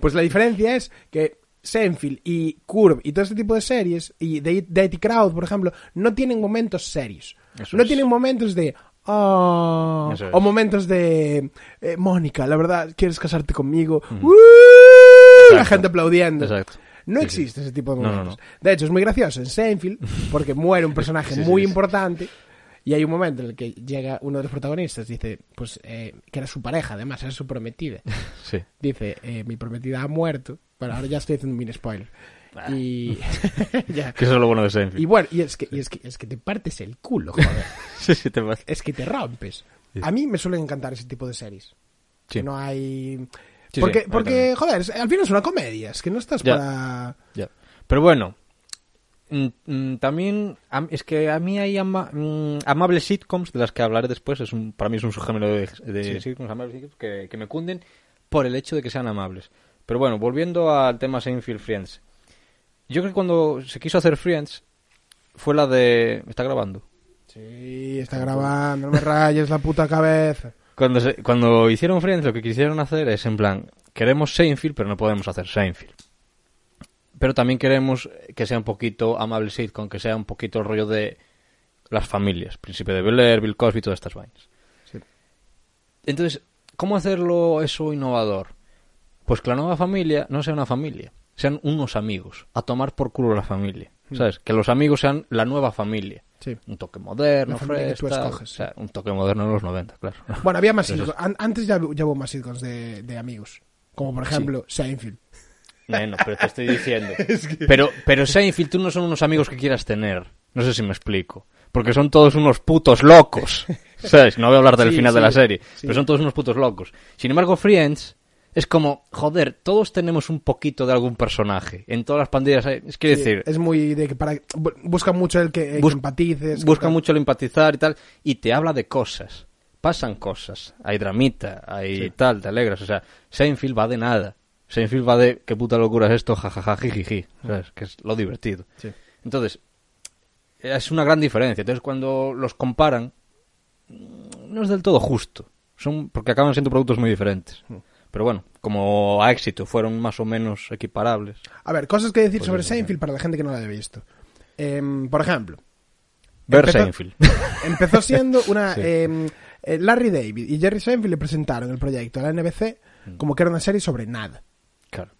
S2: Pues la diferencia es que Seinfeld y Curb y todo este tipo de series, y The Dirty Crowd, por ejemplo, no tienen momentos serios.
S1: Eso
S2: no
S1: es.
S2: tienen momentos de. "Oh",
S1: Eso es.
S2: o momentos de. eh, Mónica, la verdad, ¿quieres casarte conmigo? "Uh", la
S1: Exacto.
S2: gente aplaudiendo.
S1: Exacto.
S2: No
S1: Sí, sí.
S2: existe ese tipo de
S1: No, no,
S2: momentos. De hecho, es muy gracioso en Seinfeld porque muere un personaje
S1: Sí, sí,
S2: muy
S1: sí.
S2: importante y hay un momento en el que llega uno de los protagonistas, dice, pues eh, que era su pareja, además, era su prometida.
S1: Sí.
S2: Dice, eh, mi prometida ha muerto. Bueno, ahora ya estoy haciendo un mini spoiler.
S1: Ah.
S2: Y, ya.
S1: Que eso es lo bueno de
S2: y
S1: Seinfeld.
S2: bueno, y es, que, y es que es que te partes el culo, joder.
S1: Sí, sí, te pasa.
S2: es que te rompes. A mí me suelen encantar ese tipo de series.
S1: Sí.
S2: No hay...
S1: Sí,
S2: porque,
S1: sí, a mí
S2: porque
S1: también.
S2: joder, es- al final es una comedia, es que no estás
S1: Ya.
S2: para...
S1: Ya. Pero bueno, mm, mm, también am- es que a mí hay ama- mm, amables sitcoms, de las que hablaré después, es un, para mí es un subgénero de, de sitcoms, amables sitcoms que, que me cunden por el hecho de que sean amables. Pero bueno, volviendo al tema Seinfeld Friends. Yo creo que cuando se quiso hacer Friends fue la de... ¿Está grabando?
S2: Sí, está grabando, no me rayes la puta cabeza.
S1: Cuando, se- cuando hicieron Friends, lo que quisieron hacer es en plan, queremos Seinfeld, pero no podemos hacer Seinfeld. Pero también queremos que sea un poquito amable sitcom, que sea un poquito el rollo de las familias, Príncipe de Bel Air, Bill Cosby, todas estas vainas.
S2: Sí.
S1: Entonces, ¿cómo hacerlo eso innovador? Pues que la nueva familia no sea una familia, sean unos amigos, a tomar por culo la familia. ¿Sabes? Que los amigos sean la nueva familia.
S2: Mm. Sí.
S1: Un toque moderno,
S2: La familia que tú
S1: fresh, tal.
S2: escoges.
S1: O sea, un toque moderno en los 90, claro.
S2: Bueno, había más sitcoms. An- Antes ya, ya hubo más sitcoms de, de amigos. Como por ejemplo Seinfeld.
S1: Bueno, pero te estoy diciendo. Pero, pero Seinfeld, tú no son unos amigos que quieras tener. No sé si me explico. Porque son todos unos putos locos. ¿Sabes? No voy a hablar del
S2: Sí,
S1: final de
S2: sí,
S1: la serie.
S2: sí.
S1: Pero son todos unos putos locos. Sin embargo, Friends es como, joder, todos tenemos un poquito de algún personaje. En todas las pandillas hay. Es quiero decir,
S2: Es muy de que para bu- busca mucho el que, el que
S1: Bus-
S2: empatices. que
S1: busca
S2: tal.
S1: mucho el empatizar y tal, y te habla de cosas. Pasan cosas. Hay dramita, hay tal, te alegras. O sea, Seinfeld va de nada. Seinfeld va de qué puta locura es esto, jajaja, jijiji. ¿Sabes? Que es lo divertido.
S2: Sí.
S1: Entonces, es una gran diferencia. Entonces, cuando los comparan, no es del todo justo. Son porque acaban siendo productos muy diferentes.
S2: Mm.
S1: Pero bueno, como a éxito fueron más o menos equiparables.
S2: A ver, cosas que
S1: Pues
S2: decir sobre Seinfeld para la gente que no la haya visto. Em, por ejemplo,
S1: Ver
S2: Empezó-
S1: Seinfeld.
S2: empezó siendo una. em, eh, Larry David y Jerry Seinfeld le presentaron el proyecto a la NBC
S1: Mm.
S2: como que era una serie sobre nada.
S1: Claro.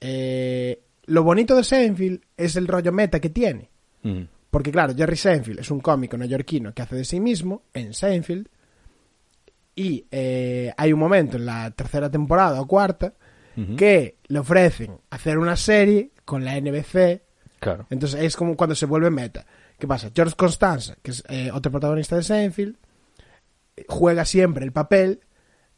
S2: Eh, lo bonito de Seinfeld es el rollo meta que tiene.
S1: Mm.
S2: Porque claro, Jerry Seinfeld es un cómico neoyorquino que hace de sí mismo en Seinfeld. Y eh, hay un momento en la tercera temporada o cuarta que le ofrecen hacer una serie con la NBC.
S1: Claro.
S2: Entonces es como cuando se vuelve meta. ¿Qué pasa? George Constanza, que es eh, otro protagonista de Seinfeld, juega siempre el papel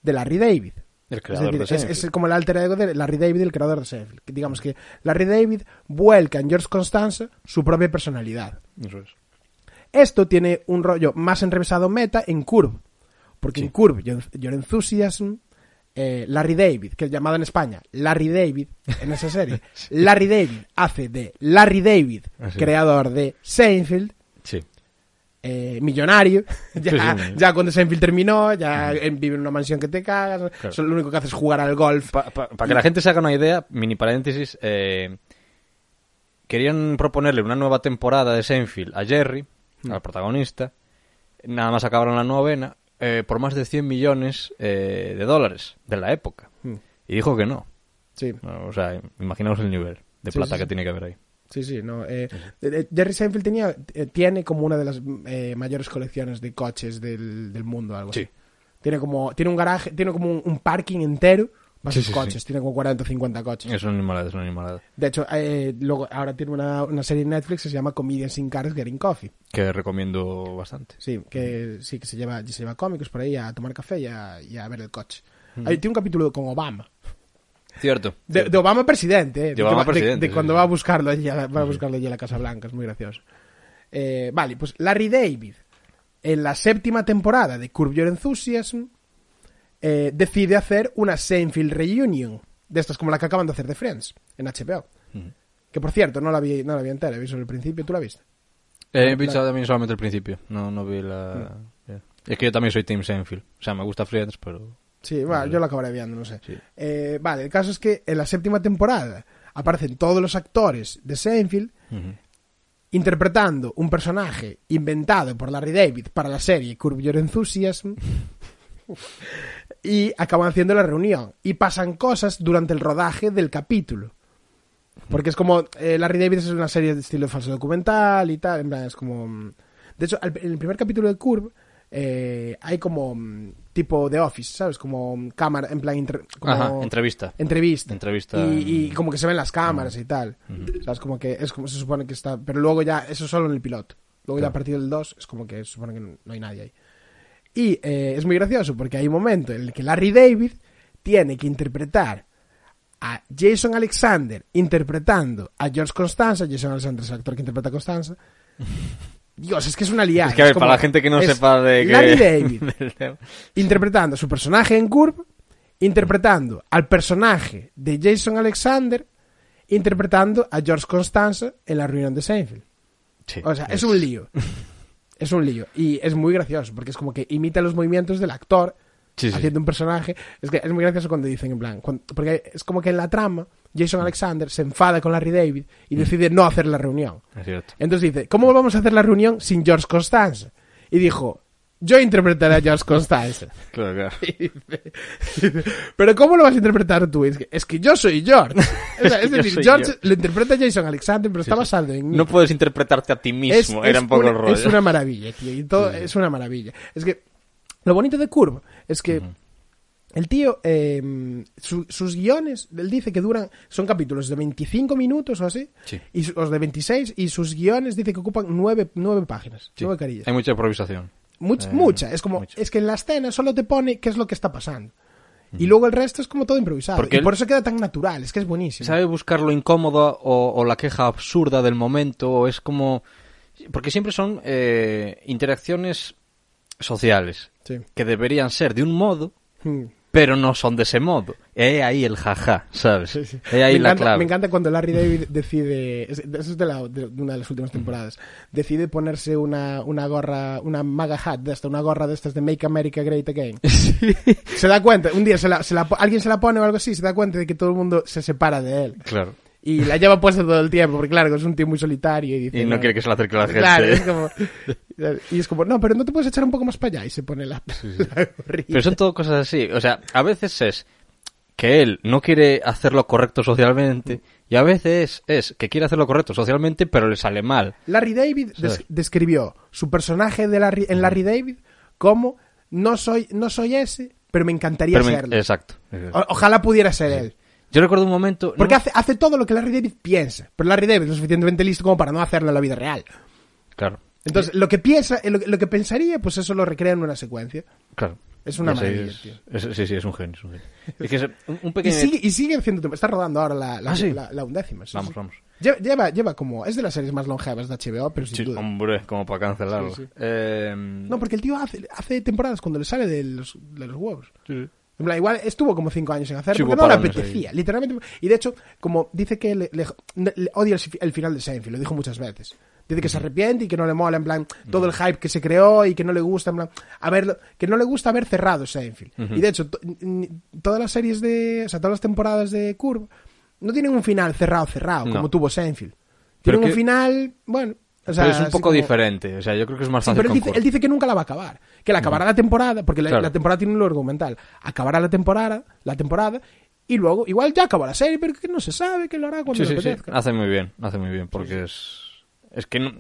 S2: de Larry David.
S1: El
S2: Es,
S1: creador
S2: decir,
S1: de
S2: es-
S1: Seinfeld.
S2: es como el alter ego de Larry David, el creador de Seinfeld. Que Digamos que Larry David vuelca en George Constanza su propia personalidad.
S1: Eso es.
S2: Esto tiene un rollo más enrevesado meta en Curve. Porque en Curve, Your, Your Enthusiasm, eh, Larry David, que es llamado en España Larry David, en esa serie, Larry David hace de Larry David,
S1: Así es.
S2: creador de Seinfeld,
S1: Sí.
S2: eh, millonario, ya,
S1: Sí, sí.
S2: ya cuando Seinfeld terminó, ya eh, vive en una mansión que te cagas,
S1: Claro.
S2: solo lo único que hace es jugar al golf.
S1: Para que la gente se haga una idea, mini paréntesis, eh, querían proponerle una nueva temporada de Seinfeld a Jerry,
S2: Hmm.
S1: al protagonista, nada más acabaron la novena, eh, por más de 100 millones eh, de dólares de la época.
S2: Mm.
S1: Y dijo que no.
S2: Sí.
S1: O sea, imaginaos el nivel de
S2: Sí,
S1: plata
S2: sí,
S1: que
S2: sí.
S1: tiene que haber ahí.
S2: Sí, sí, no. eh, eh, Jerry Seinfeld tenía, eh, tiene como una de las eh, mayores colecciones de coches del, del mundo, algo así.
S1: Sí.
S2: Tiene como, tiene un garaje, tiene como un, un parking entero para
S1: Sí,
S2: sus
S1: sí,
S2: coches, tiene como 40 o 50 coches.
S1: Es una animalada, es una animalada.
S2: De hecho, eh, luego ahora tiene una, una serie en Netflix que se llama Comedians in Cars Getting Coffee.
S1: Que recomiendo bastante.
S2: Sí, que sí que se lleva, se lleva cómicos por ahí a tomar café y a, y a ver el coche. Ahí tiene un capítulo con Obama.
S1: Cierto.
S2: De, de Obama presidente, eh.
S1: De Obama
S2: que va-
S1: presidente,
S2: de
S1: sí,
S2: cuando
S1: sí.
S2: va a buscarlo allí, a la- va a buscarlo allí a la Casa Blanca, es muy gracioso. Eh, vale, pues Larry David, en la séptima temporada de Curb Your Enthusiasm, eh, decide hacer una Seinfeld Reunion, de estas como la que acaban de hacer de Friends, en HBO.
S1: Hmm.
S2: Que por cierto, no la vi, no la vi entera, la vi solo el principio, ¿tú la viste?
S1: Eh, he visto también solamente el principio, no, no vi la...
S2: Hmm.
S1: Es que yo también soy Team Seinfeld. O sea, me gusta Friends, pero...
S2: Sí, bueno, yo la acabaré viendo, no sé.
S1: Sí.
S2: Eh, vale, el caso es que en la séptima temporada aparecen todos los actores de Seinfeld interpretando un personaje inventado por Larry David para la serie Curb Your Enthusiasm y acaban haciendo la reunión y pasan cosas durante el rodaje del capítulo. Porque es como eh, Larry David es una serie de estilo falso documental y tal, en plan es como mm, de hecho al- en el primer capítulo de Curb eh, hay como mm, tipo de office, ¿sabes? Como mm, cámara en plan inter- como-
S1: Ajá, entrevista.
S2: entrevista.
S1: Entrevista.
S2: Y, y como que se ven las cámaras y tal. O sea, es como que es como se supone que está. Pero luego ya, eso solo en el piloto. Luego ya a partir del 2 es como que se supone que no no hay nadie ahí. Y eh, es muy gracioso porque hay un momento en el que Larry David tiene que interpretar a Jason Alexander interpretando a George Constanza. Jason Alexander es el actor que interpreta a Constanza. Dios, es que es una liada.
S1: Es que a ver,
S2: como-
S1: para la gente que no
S2: es
S1: sepa de que...
S2: Larry David
S1: del tema.
S2: interpretando a su personaje en Curve, interpretando al personaje de Jason Alexander, interpretando a George Constanza en la reunión de Seinfeld.
S1: Sí,
S2: O sea, es un lío. Es un lío. Y es muy gracioso, porque es como que imita los movimientos del actor
S1: Sí, sí,
S2: haciendo un personaje. Es que es muy gracioso cuando dicen en plan. cuan- porque es como que en la trama, Jason Alexander se enfada con Larry David y
S1: Mm.
S2: decide no hacer la reunión.
S1: Es cierto.
S2: Entonces dice, ¿cómo vamos a hacer la reunión sin George Constanza? Y dijo, yo interpretaré a George Constanza.
S1: Claro, claro.
S2: Dice, Pero ¿cómo lo vas a interpretar tú? Es que, es que yo soy George. O sea,
S1: que
S2: es
S1: yo
S2: decir,
S1: soy yo.
S2: George lo interpreta Jason Alexander, pero está basado en... mí.
S1: No puedes interpretarte a ti
S2: es,
S1: mismo,
S2: es
S1: era un poco
S2: una,
S1: el rollo. ¿eh?
S2: es una maravilla, tío. Y todo, Es una maravilla. Es que lo bonito de Curve es que el tío, eh, su- sus guiones, él dice que duran, son capítulos de 25 minutos o así,
S1: Sí.
S2: y su- los de 26, y sus guiones dice que ocupan 9, páginas,
S1: Sí.
S2: nueve carillas.
S1: Hay mucha improvisación.
S2: Much-
S1: Eh,
S2: mucha, es como,
S1: mucha.
S2: es que en la escena solo te pone qué es lo que está pasando. Y luego el resto es como todo improvisado.
S1: Porque
S2: y
S1: él-
S2: por eso queda tan natural, es que es buenísimo.
S1: sabe buscar lo incómodo o, o la queja absurda del momento o es como porque siempre son eh, interacciones sociales
S2: Sí.
S1: que deberían ser de un modo
S2: Mm.
S1: pero no son de ese modo he ahí el jaja sabes he ahí
S2: me,
S1: la
S2: encanta,
S1: clave
S2: me encanta cuando Larry David decide, es- eso es de, la- de una de las últimas temporadas, decide ponerse una, una gorra, una maga hat de esta, una gorra de estas de Make America Great Again. Se da cuenta, un día se la- se la po- alguien se la pone o algo así, se da cuenta de que todo el mundo se separa de él.
S1: claro
S2: Y Y la lleva puesta todo el tiempo, porque claro, es un tío muy solitario y dice...
S1: Y no quiere que se la acerque la gente.
S2: Claro, es como... Y es como, no, pero no te puedes echar un poco más para allá. Y se pone la, la gorrita.
S1: Pero son todo cosas así. O sea, a veces es que él no quiere hacer lo correcto socialmente y a veces es que quiere hacer lo correcto socialmente pero le sale mal.
S2: Larry David des-
S1: Sí.
S2: describió su personaje de Larry- en Larry David como no soy, no soy ese, pero me encantaría
S1: Pero me-
S2: serlo.
S1: Exacto.
S2: O- ojalá pudiera ser él.
S1: Yo recuerdo un momento...
S2: Porque
S1: no-
S2: Ah. hace, hace todo lo que Larry David piensa, pero Larry David es lo suficientemente listo como para no hacerlo en la vida real.
S1: Claro,
S2: Entonces, lo que piensa, eh, lo, que- lo que pensaría, pues eso lo recrea en una secuencia.
S1: claro.
S2: Es una
S1: Sí,
S2: maravilla,
S1: es-
S2: tío.
S1: es- sí, sí, es un genio. Es un genio. Es que es un, un
S2: Y
S1: pequeño...
S2: sigue, y sigue haciendo... Está rodando ahora la, la,
S1: Ah, sí.
S2: la- la undécima. sí,
S1: Vamos,
S2: sí.
S1: vamos.
S2: Lleva, lleva, lleva como... Es de las series más longevas de HBO, pero sin
S1: Sí,
S2: duda.
S1: hombre, como para cancelarlo.
S2: Sí, sí.
S1: Eh,
S2: No, porque el tío hace, hace temporadas cuando le sale de los, de los huevos.
S1: sí.
S2: En plan, igual estuvo como cinco años sin hacer
S1: Sí,
S2: porque
S1: hubo
S2: no le
S1: parones ahí.
S2: apetecía, literalmente. Y de hecho, como dice que le, le- le odia el, si- el final de Seinfeld, lo dijo muchas veces. Dice que se arrepiente y que no le mola, en plan, todo el hype que se creó y que no le gusta, en plan, a ver, que no le gusta haber cerrado Seinfeld. Y de hecho, to- n- todas las series de, o sea, todas las temporadas de Curve no tienen un final cerrado, cerrado,
S1: No.
S2: como tuvo Seinfeld.
S1: Pero
S2: Tienen un
S1: que-
S2: final, bueno, o sea,
S1: pero es un
S2: así
S1: poco
S2: como-
S1: diferente. O sea, yo creo que es más
S2: Sí,
S1: fácil
S2: pero él dice,
S1: concurrir.
S2: él dice que nunca la va a acabar. Que la acabará la temporada, porque la,
S1: Claro.
S2: la temporada tiene un hilo argumental. Acabará la temporada, la temporada, y luego, igual ya acabó la serie, pero que no se sabe, que lo hará
S1: Sí,
S2: cuando le
S1: sí, Ah, sí.
S2: apetezca.
S1: Hace muy bien, hace muy bien, porque es... Es que no,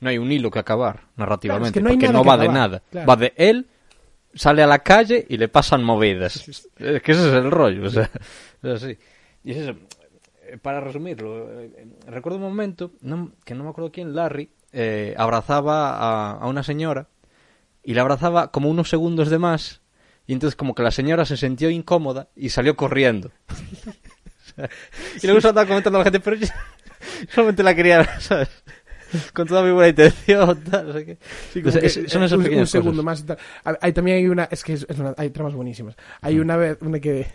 S1: no hay un hilo que acabar narrativamente,
S2: Claro, es que no hay
S1: porque
S2: nada
S1: no
S2: que
S1: va de
S2: acabar,
S1: nada.
S2: claro.
S1: Va de él, sale a la calle y le pasan movidas. Es que ese es el rollo, o sea, es así. Y es eso. Eh, Para resumirlo, eh, eh, recuerdo un momento no- que no me acuerdo quién, Larry, eh, abrazaba a, a una señora y la abrazaba como unos segundos de más y entonces como que la señora se sintió incómoda y salió corriendo. Y luego se andaba comentando a la gente, pero yo solamente la quería, ¿sabes? Con toda mi buena intención, tal, o sea que...
S2: Como
S1: O sea,
S2: que,
S1: es- son
S2: eh,
S1: esas
S2: un, un
S1: pequeñas
S2: segundo
S1: cosas.
S2: más y tal. A- Hay, también hay una, es que es- es una- hay tramas buenísimas. Hay una vez, una que,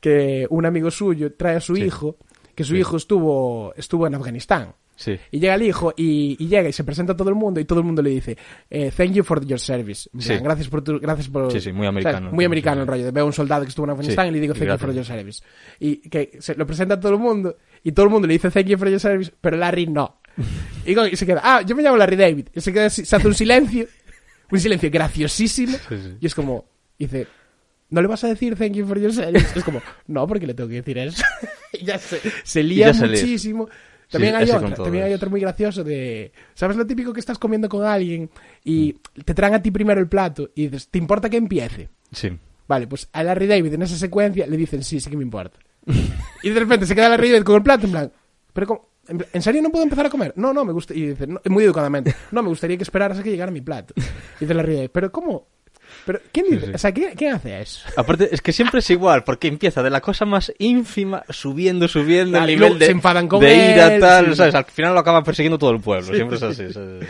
S2: que un amigo suyo trae a su
S1: Sí.
S2: hijo, que su hijo estuvo, estuvo en Afganistán.
S1: Sí.
S2: Y llega el hijo y, y llega y se presenta a todo el mundo y todo el mundo le dice, eh, thank you for your service. En
S1: Sí.
S2: plan, Gracias por tu, gracias por...
S1: Sí, sí, muy americano.
S2: ¿sabes? Muy americano el rollo. de Veo a un soldado que estuvo en Afganistán
S1: Sí,
S2: y le digo
S1: y
S2: thank you for
S1: gracias.
S2: your service. Y que se lo presenta a todo el mundo y todo el mundo le dice thank you for your service, pero Larry no. Y, co- y se queda, ah, yo me llamo Larry David. Y se, queda, así, se hace un silencio, un silencio graciosísimo.
S1: Sí, sí.
S2: Y es como, dice... ¿No le vas a decir thank you for your service? Es como, no, porque le tengo que decir eso. y ya se, se lía
S1: ya se lía.
S2: muchísimo. También, hay
S1: ese
S2: otra,
S1: con todo
S2: también hay
S1: es.
S2: otra muy gracioso de... ¿Sabes lo típico que estás comiendo con alguien y
S1: Mm.
S2: te traen a ti primero el plato y dices, ¿te importa que empiece?
S1: Sí.
S2: Vale, pues a Larry David en esa secuencia le dicen, sí, sí que me importa. y de repente se queda Larry David con el plato en plan, ¿pero cómo? En plan, ¿En serio no puedo empezar a comer? No, no, me gusta. Y dice, no, muy educadamente, no, me gustaría que esperaras a que llegara mi plato. Y dice Larry David, ¿pero cómo? ¿Pero quién dice? O sea, ¿quién, quién hace eso?
S1: Aparte, es que siempre es igual, porque empieza de la cosa más ínfima, subiendo, subiendo,
S2: Claro,
S1: el
S2: y
S1: nivel
S2: luego
S1: de,
S2: se enfadan con
S1: de ira,
S2: él,
S1: tal,
S2: sí.
S1: ¿sabes? Al final lo acaba persiguiendo todo el pueblo, siempre es así. ¿sabes?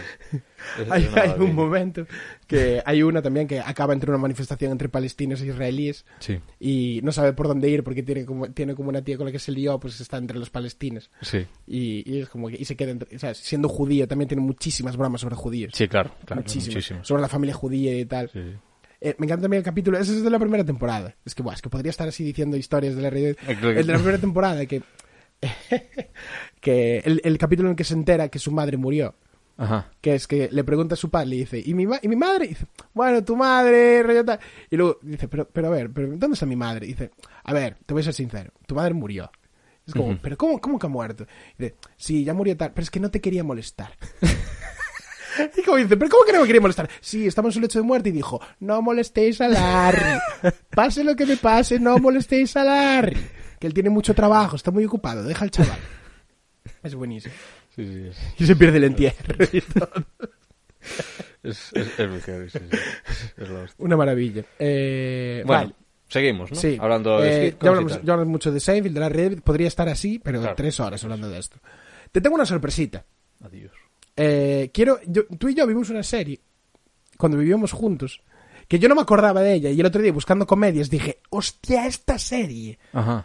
S1: Es
S2: hay,
S1: una
S2: hay
S1: maravilla.
S2: un momento que hay una también que acaba entre una manifestación entre palestinos e israelíes
S1: Sí.
S2: y no sabe por dónde ir porque tiene como, tiene como una tía con la que se lió, pues está entre los palestinos.
S1: Sí,
S2: Y, y es como que y se queda entre- o sea, siendo judío también tiene muchísimas bromas sobre judíos.
S1: sí, claro, claro.
S2: muchísimas,
S1: muchísimo.
S2: Sobre la familia judía y tal.
S1: Sí, sí.
S2: Eh, me encanta también el capítulo. Ese es de la primera temporada. Es que, buah, es que podría estar así diciendo historias de la realidad.
S1: Eh, claro.
S2: El de la primera temporada que. que el, el capítulo en el que se entera que su madre murió
S1: Ajá.
S2: que es que le pregunta a su padre, le dice, ¿y mi, ma- y mi madre? Y dice, bueno, tu madre, rollo tal. Y luego dice, pero, pero a ver, pero ¿dónde está mi madre? Y dice, a ver, te voy a ser sincero, tu madre murió. Es como, ¿pero cómo, cómo que ha muerto? Y dice, sí, ya murió tal, pero es que no te quería molestar. y como dice, ¿pero cómo que no me quería molestar? Sí, estaba en su lecho de muerte y dijo, no molestéis a Larry. Pase lo que me pase, no molestéis a Larry. Que él tiene mucho trabajo, está muy ocupado, deja al chaval. Es buenísimo.
S1: Sí, sí, es.
S2: Y se pierde el entierro y todo.
S1: Es, es, es muy heavy, sí, sí. Es la hostia.
S2: Una maravilla. Eh,
S1: Bueno,
S2: vale.
S1: seguimos, ¿no?
S2: Sí.
S1: Hablando de
S2: Eh,
S1: sitcoms y
S2: ya, hablamos,
S1: tal.
S2: ya hablamos mucho de Seinfeld, de la red. Podría estar así, pero
S1: Claro.
S2: tres horas hablando de esto. Te tengo una sorpresita.
S1: Adiós.
S2: Eh, quiero, yo- tú y yo vimos una serie cuando vivíamos juntos que yo no me acordaba de ella y el otro día buscando comedias dije, hostia, esta serie
S1: Ajá.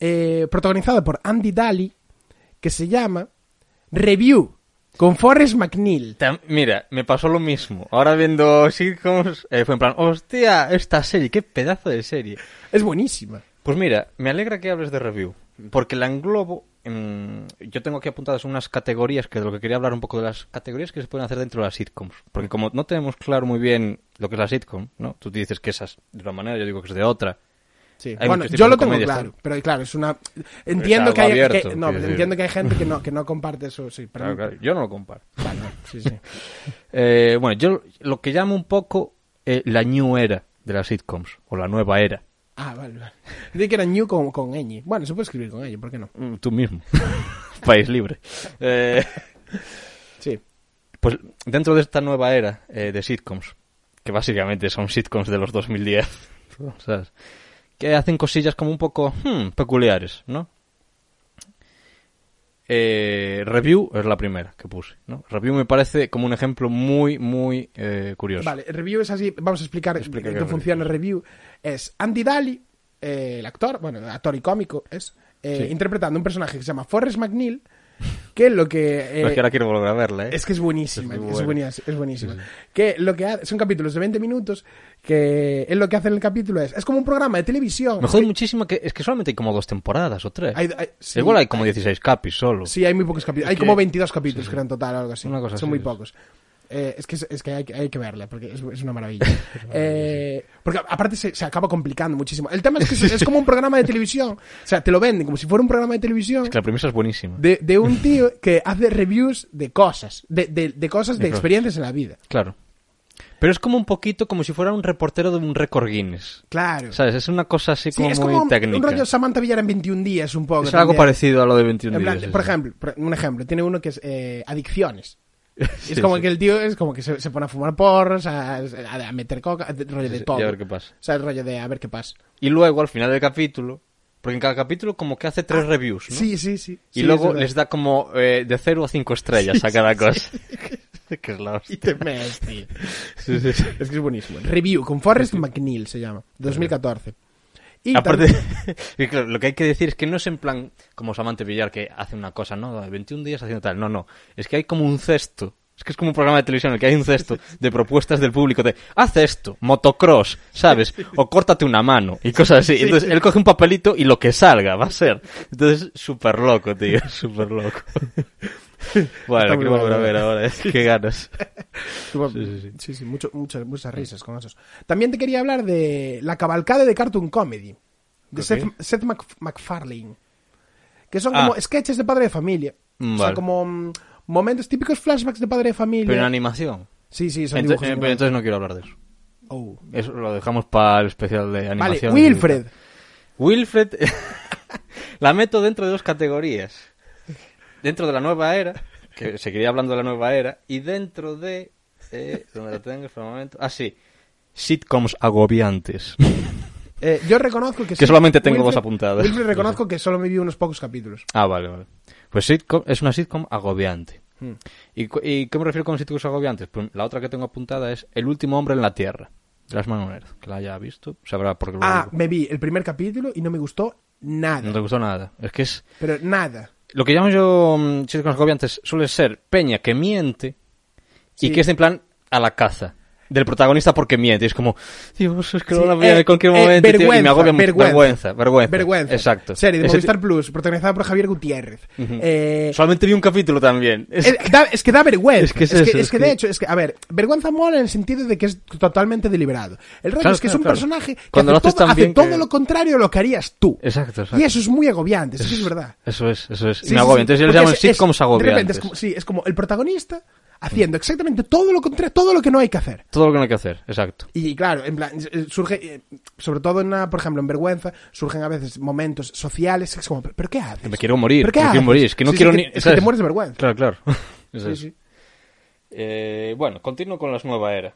S2: eh, protagonizada por Andy Daly que se llama Review con Forrest McNeil.
S1: Tam- Mira, me pasó lo mismo. Ahora viendo sitcoms, eh, fue en plan, hostia, esta serie, qué pedazo de serie.
S2: Es buenísima.
S1: Pues mira, me alegra que hables de review, Porque la englobo. en- yo tengo aquí apuntadas unas categorías que de lo que quería hablar un poco de las categorías que se pueden hacer dentro de las sitcoms. Porque como no tenemos claro muy bien lo que es la sitcom, ¿no? Tú dices que esas de una manera, yo digo que es de otra.
S2: Sí.
S1: Hay
S2: Bueno,
S1: muchos
S2: yo
S1: tipos
S2: lo
S1: de
S2: tengo
S1: comedias,
S2: claro,
S1: claro.
S2: pero claro, es una entiendo
S1: algo
S2: que hay
S1: abierto,
S2: que- no,
S1: quiero decir.
S2: entiendo que hay gente que no que no comparte eso, sí, pero
S1: Claro, claro, yo no lo comparo.
S2: sí, sí.
S1: Eh, bueno, yo lo que llamo un poco eh, la new era de las sitcoms, o la nueva era.
S2: Ah, vale. vale. Dije que era new con con ñ. Bueno, se puede escribir con ñ, ¿por qué no?
S1: Mm, Tú mismo. País libre. Eh,
S2: Sí.
S1: pues dentro de esta nueva era eh, de sitcoms, que básicamente son sitcoms de los 2010, ¿sabes? que hacen cosillas como un poco hmm, peculiares, ¿no? Eh, review es la primera que puse, ¿no? Review me parece como un ejemplo muy, muy eh, curioso.
S2: Vale, review es así, vamos a explicar
S1: Explica qué
S2: cómo
S1: es
S2: funciona review. Es Andy Daly, eh, el actor, bueno, actor y cómico, es eh,
S1: Sí.
S2: interpretando un personaje que se llama Forrest McNeil, que lo que eh,
S1: No, es que ahora quiero volver a verla, ¿eh?
S2: Es que es buenísima,
S1: Es
S2: es,
S1: muy buena.
S2: buenísima, es buenísima. Que lo que ha- son capítulos de 20 minutos que él lo que hace en el capítulo es es como un programa de televisión.
S1: Me jode muchísimo que es que solamente hay como dos temporadas o tres.
S2: Hay- hay- sí,
S1: Igual hay como 16 capis solo.
S2: Sí, hay muy pocos capítulos. Hay
S1: que-
S2: como 22 capítulos, creo, en total o algo así.
S1: Una cosa
S2: son
S1: así,
S2: muy
S1: sí.
S2: pocos. Eh, es que, es, es que hay, que- hay que verla, porque es, es una maravilla. Eh, porque aparte se, se acaba complicando muchísimo. El tema es que es, es como un programa de televisión. O sea, te lo venden como si fuera un programa de televisión.
S1: Es que la premisa es buenísima.
S2: De, de un tío que hace reviews de cosas, de, de- de cosas, de
S1: cosas.
S2: experiencias en la vida.
S1: Claro. Pero es como un poquito como si fuera un reportero de un récord Guinness.
S2: Claro.
S1: ¿Sabes? Es una cosa así
S2: Sí,
S1: como
S2: es
S1: muy
S2: como un-
S1: técnica.
S2: un rollo Samantha Villar en 21 días, un poco.
S1: es algo
S2: también.
S1: parecido a lo de 21
S2: En plan,
S1: días. sí,
S2: por
S1: sí.
S2: ejemplo, por- un ejemplo, tiene uno que es eh, adicciones.
S1: Sí,
S2: es como
S1: sí.
S2: que el tío es como que se, se pone a fumar porros, a, a- a meter coca, de- rollo de
S1: sí,
S2: todo.
S1: y a ver qué pasa.
S2: O sea, el rollo de a ver qué pasa.
S1: Y luego al final del capítulo, porque en cada capítulo como que hace tres reviews, Pues, ¿no?
S2: Ah, Sí, sí, sí.
S1: Y
S2: Sí, es
S1: luego
S2: verdad.
S1: les da como eh, de 0 a 5 estrellas a cada cosa. que es la
S2: Y
S1: hostia.
S2: te meas, tío.
S1: Sí, sí, sí.
S2: Es que es buenísimo. Review con Forrest McNeil se llama, 2014. Y
S1: Aparte,
S2: también-
S1: y claro, lo que hay que decir es que no es en plan como Samante Villar que hace una cosa, ¿no? 21 días haciendo tal. No, no. Es que hay como un cesto. Es que es como un programa de televisión en el que hay un cesto de propuestas del público de haz esto, motocross, ¿sabes? O córtate una mano y cosas así. Entonces él coge un papelito y lo que salga va a ser. Entonces, súper loco, tío, súper loco. bueno,
S2: Está muy
S1: quiero volver a
S2: bueno.
S1: ver ahora, es que ganas.
S2: Tuvo- Sí, sí, mucho- muchas, muchas risas con esos. También te quería hablar de la cabalcada de Cartoon Comedy, de Seth, Seth Mac- MacFarlane, que son
S1: Ah.
S2: como sketches de padre de familia.
S1: Mm,
S2: O sea,
S1: vale.
S2: como mm, momentos típicos flashbacks de padre de familia.
S1: Pero en animación.
S2: Sí, sí, son
S1: Entonces,
S2: dibujos
S1: eh, pero
S2: animados.
S1: entonces no quiero hablar de eso.
S2: Oh.
S1: Eso lo dejamos para el especial de
S2: Vale,
S1: animación.
S2: Wilfred.
S1: Wilfred la meto dentro de dos categorías. Dentro de la nueva era, que seguiría hablando de la nueva era, y dentro de... eh, ¿Dónde la tengo por el momento? Ah, sí. Sitcoms agobiantes.
S2: Eh, yo reconozco que...
S1: Que solamente tengo dos apuntadas.
S2: Wilfred reconozco que solo me vi unos pocos capítulos.
S1: Ah, vale, vale. Pues sitcom, es una sitcom agobiante. ¿Y, cu- y qué me refiero con sitcoms agobiantes? Pues la otra que tengo apuntada es El último hombre en la tierra, de las Manoners. Que la haya visto, sabrá por qué lo
S2: Ah,
S1: digo.
S2: me vi el primer capítulo y no me gustó nada.
S1: No te gustó nada. Es que es...
S2: Pero nada.
S1: Lo que llamo yo mm, sitcoms agobiantes suele ser peña que miente y
S2: Sí.
S1: que es en plan a la caza del protagonista porque miente. Es como, Dios, es que lo
S2: Sí,
S1: van a pillar
S2: eh,
S1: en cualquier
S2: eh,
S1: momento tío, y me agobia mucho.
S2: vergüenza,
S1: vergüenza, vergüenza. Exacto.
S2: Serie de
S1: Ese
S2: Movistar Plus, protagonizada por Javier Gutiérrez.
S1: Ujú.
S2: Eh,
S1: ti- Solamente vi un capítulo también. Es-
S2: eh, da- es que da vergüenza.
S1: Es que es eso, es
S2: que,
S1: que-
S2: de hecho, es que, a ver, vergüenza mola en el sentido de que es totalmente deliberado. El rollo
S1: Claro,
S2: es que es
S1: claro,
S2: un
S1: claro.
S2: personaje que
S1: Cuando lo
S2: hace,
S1: haces
S2: todo,
S1: tan
S2: hace
S1: bien
S2: todo
S1: que-
S2: lo contrario a lo que harías tú.
S1: Exacto, exacto.
S2: Y eso es muy agobiante, eso sí es verdad.
S1: Eso es, eso es.
S2: Sí,
S1: Y
S2: sí,
S1: me agobia. Entonces
S2: sí,
S1: yo les
S2: porque
S1: llamo
S2: es- es-
S1: sitcoms
S2: De repente
S1: agobiantes.
S2: es como, sí, es como el protagonista haciendo exactamente todo lo contrario, todo lo que no hay que hacer.
S1: Todo lo que no hay que hacer, exacto.
S2: Y claro, en plan, eh, surge, eh, sobre todo en, una, por ejemplo, en vergüenza, surgen a veces momentos sociales, que es como, ¿pero qué haces?
S1: Que me quiero morir,
S2: ¿Pero qué
S1: que me quiero
S2: haces?
S1: morir, es que no
S2: Sí, sí,
S1: quiero ni-
S2: Es que
S1: ¿sabes?
S2: te mueres de vergüenza.
S1: Claro, claro. Eso
S2: Sí,
S1: es.
S2: sí.
S1: Eh, bueno, continúo con las nueva era.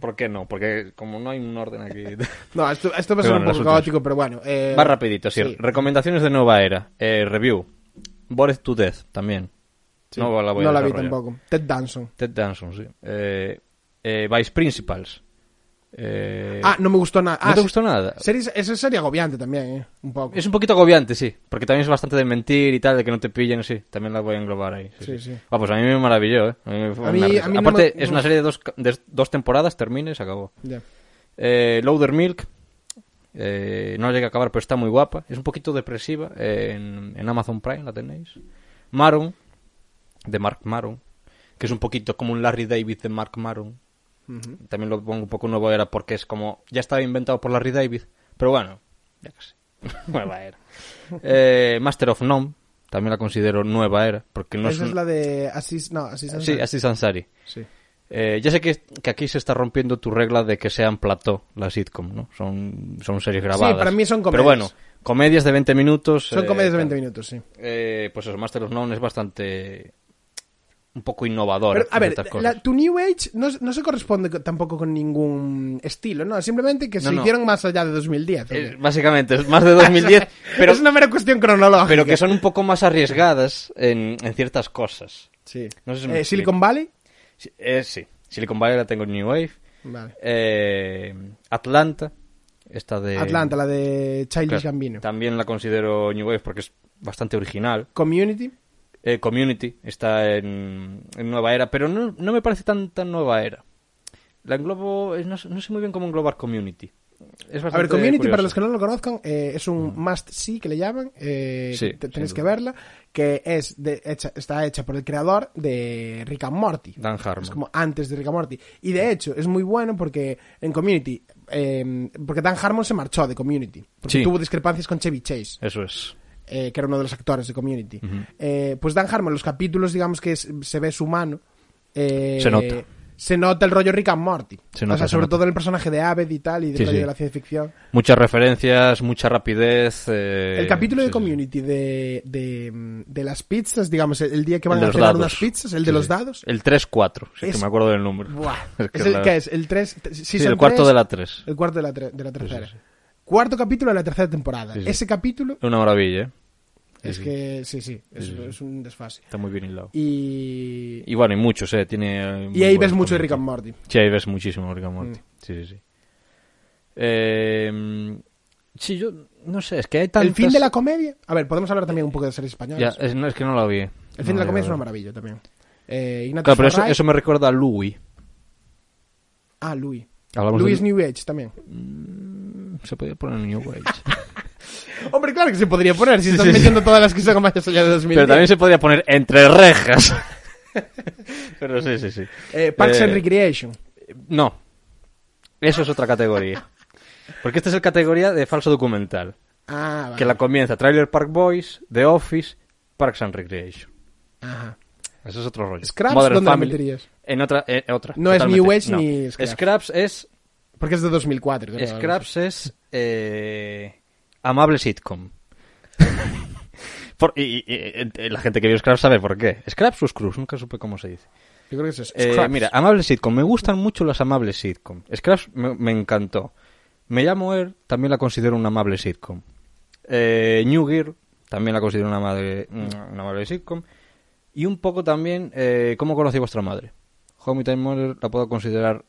S1: ¿Por qué no? Porque como no hay un orden aquí...
S2: No, esto, esto va a ser
S1: Pero
S2: un
S1: bueno,
S2: poco
S1: las últimas.
S2: caótico, pero bueno. eh,
S1: Va rapidito, sí.
S2: sí.
S1: Recomendaciones de Nueva Era. Eh, review. Boris to Death, también.
S2: Sí.
S1: No la voy a
S2: No la vi
S1: desarrollar.
S2: tampoco. Ted Danson.
S1: Ted Danson, sí. Eh, eh, Vice Principals. Eh,
S2: Ah, no me gustó nada.
S1: ¿no te gustó nada?
S2: Series, esa serie agobiante también, ¿eh? Un poco.
S1: Es un poquito agobiante, sí. Porque también es bastante de mentir y tal, de que no te pillen, sí. También la voy a englobar ahí. Sí, sí.
S2: Sí, sí.
S1: Ah, pues a mí me maravilló, ¿eh? A mí me fue
S2: A
S1: una
S2: mí-
S1: risa.
S2: a mí no
S1: Aparte,
S2: me-
S1: es una serie de dos, ca- de dos temporadas, termina y se acabó.
S2: Ya.
S1: Eh, Louder Milk. eh, no llega a acabar, pero está muy guapa. Es un poquito depresiva. eh, en, en Amazon Prime la tenéis. Maron, de Mark Maron, que es un poquito como un Larry David de Mark Maron. También lo pongo un poco nuevo era porque es como. Ya estaba inventado por Larry David, pero bueno, ya casi. nueva era. Eh, Master of None, también la considero nueva era, porque no
S2: Esa
S1: un-
S2: es la de Asís. No, Asís
S1: Sí,
S2: Ansari.
S1: así Sansari.
S2: Sí.
S1: Eh, ya sé que, que aquí se está rompiendo tu regla de que sean plató las sitcom, ¿no? Son, son series grabadas.
S2: para mí son
S1: Pero
S2: comedias.
S1: bueno, comedias de 20 minutos.
S2: Son
S1: eh,
S2: comedias de 20
S1: tal.
S2: minutos, sí.
S1: Eh, pues eso, Master of None es bastante. un poco innovador.
S2: Pero, a
S1: en
S2: ver,
S1: ciertas
S2: la-
S1: cosas.
S2: tu New Age no, no se corresponde co- tampoco con ningún estilo, ¿no? Simplemente que
S1: No,
S2: se
S1: no.
S2: hicieron más allá de 2010. ¿o qué?
S1: Eh, básicamente, es más de 2010. pero,
S2: es una mera cuestión cronológica.
S1: pero que son un poco más arriesgadas en, en ciertas cosas.
S2: Sí.
S1: No sé si me
S2: Eh,
S1: explico.
S2: Silicon Valley.
S1: Sí, eh, sí. Silicon Valley la tengo en New Wave.
S2: Vale.
S1: Eh, Atlanta. Esta de.
S2: Atlanta, la de Childish
S1: Eh, Claro,
S2: Gambino.
S1: También la considero New Wave porque es bastante original.
S2: Community.
S1: Eh, Community está en, en Nueva Era, pero no, no me parece tan, tan Nueva Era. La englobo, eh, no, sé- no sé muy bien cómo englobar Community. Es
S2: A
S1: bastante
S2: ver, Community,
S1: curioso. Mm.
S2: para los que no lo conozcan, eh, es un must see que le llaman. eh,
S1: Sí,
S2: que te-
S1: sin
S2: tenéis que
S1: duda.
S2: verla. Que es de- hecha- está hecha por el creador de Rick and Morty.
S1: Dan Harmon.
S2: Es como antes de Rick and Morty. Y de hecho, es muy bueno porque en Community. eh, porque Dan Harmon se marchó de Community. Porque
S1: Sí.
S2: tuvo discrepancias con Chevy Chase.
S1: Eso es.
S2: eh, que era uno de los actores de Community. Eh, pues Dan Harmon, los capítulos, digamos que es- se ve su mano. eh,
S1: Se nota.
S2: Se nota el rollo Rick and Morty.
S1: Se nota,
S2: o sea,
S1: se
S2: sobre
S1: nota.
S2: todo en el personaje de Aved y tal, y del
S1: Sí,
S2: rollo
S1: sí.
S2: de la ciencia ficción.
S1: Muchas referencias, mucha rapidez. eh,
S2: el capítulo
S1: sí,
S2: de
S1: sí.
S2: Community de, de, de las pizzas, digamos, el día que
S1: El
S2: van
S1: de
S2: a
S1: los
S2: cenar
S1: dados.
S2: unas pizzas, el de
S1: Sí,
S2: los
S1: sí.
S2: dados.
S1: El 3-4, si es...
S2: Es-
S1: que me acuerdo del número.
S2: Buah.
S1: Es que
S2: es el,
S1: la-
S2: ¿qué es? El 3.
S1: Sí, el cuarto de la 3.
S2: El cuarto de la, tre- de la tercera.
S1: sí.
S2: Cuarto capítulo de la tercera temporada.
S1: Sí, sí.
S2: Ese capítulo
S1: Una maravilla, ¿eh?
S2: es
S1: sí.
S2: que, sí, sí, es, es un desfase.
S1: Está muy bien hilado. Y,
S2: Y,
S1: bueno, y muchos, ¿eh? Tiene, eh,
S2: y
S1: muy
S2: ahí ves
S1: buenos
S2: mucho de
S1: community.
S2: Rick and Morty.
S1: Sí, ahí ves muchísimo Rick and Morty.
S2: Mm.
S1: Sí, sí, sí. Eh, sí, yo no sé, es que hay tantas...
S2: El fin de la comedia. A ver, podemos hablar también un poco de series
S1: Ya,
S2: españolas.
S1: es, no, es que no la vi.
S2: el fin de la comedia es una maravilla también. Eh, Ignatius
S1: Claro, pero eso,
S2: Farray.
S1: eso me recuerda a Louis.
S2: Ah, Louis.
S1: Hablamos
S2: Louis
S1: de-
S2: New Age también.
S1: Se podía poner New Age.
S2: Hombre, claro que se podría poner si estás metiendo todas las que son más allá de 2000.
S1: pero también se podía poner Entre Rejas. pero sí, sí, sí.
S2: eh, Parks
S1: Eh,
S2: and Recreation.
S1: No. Eso es otra categoría. Porque esta es la categoría de falso documental.
S2: Ah, vale.
S1: Que la comienza Trailer Park Boys, The Office, Parks and Recreation.
S2: Ajá.
S1: Eso es otro rollo.
S2: Scraps,
S1: Modern
S2: ¿dónde la
S1: Family.
S2: meterías?
S1: En otra, eh, otra.
S2: No es
S1: totalmente.
S2: New Age ni Scraps.
S1: Scraps es,
S2: Porque es de 2004. creo, algo así.
S1: Scraps es eh, amable sitcom. Por- y, y- y- eh, la gente que vio Scraps sabe por qué. Scraps o Scrubs, nunca supe cómo se dice.
S2: pues, Yo creo que eso es
S1: Eh,
S2: Scraps.
S1: mira, amable sitcom. Me gustan mucho las amables sitcom. Scraps me, me encantó. Me llamo Er, también la considero una amable sitcom. Eh, New Gear, también la considero una, madre- una amable sitcom. Y un poco también, eh, ¿cómo conocí a vuestra madre? Home Time Mother la puedo considerar.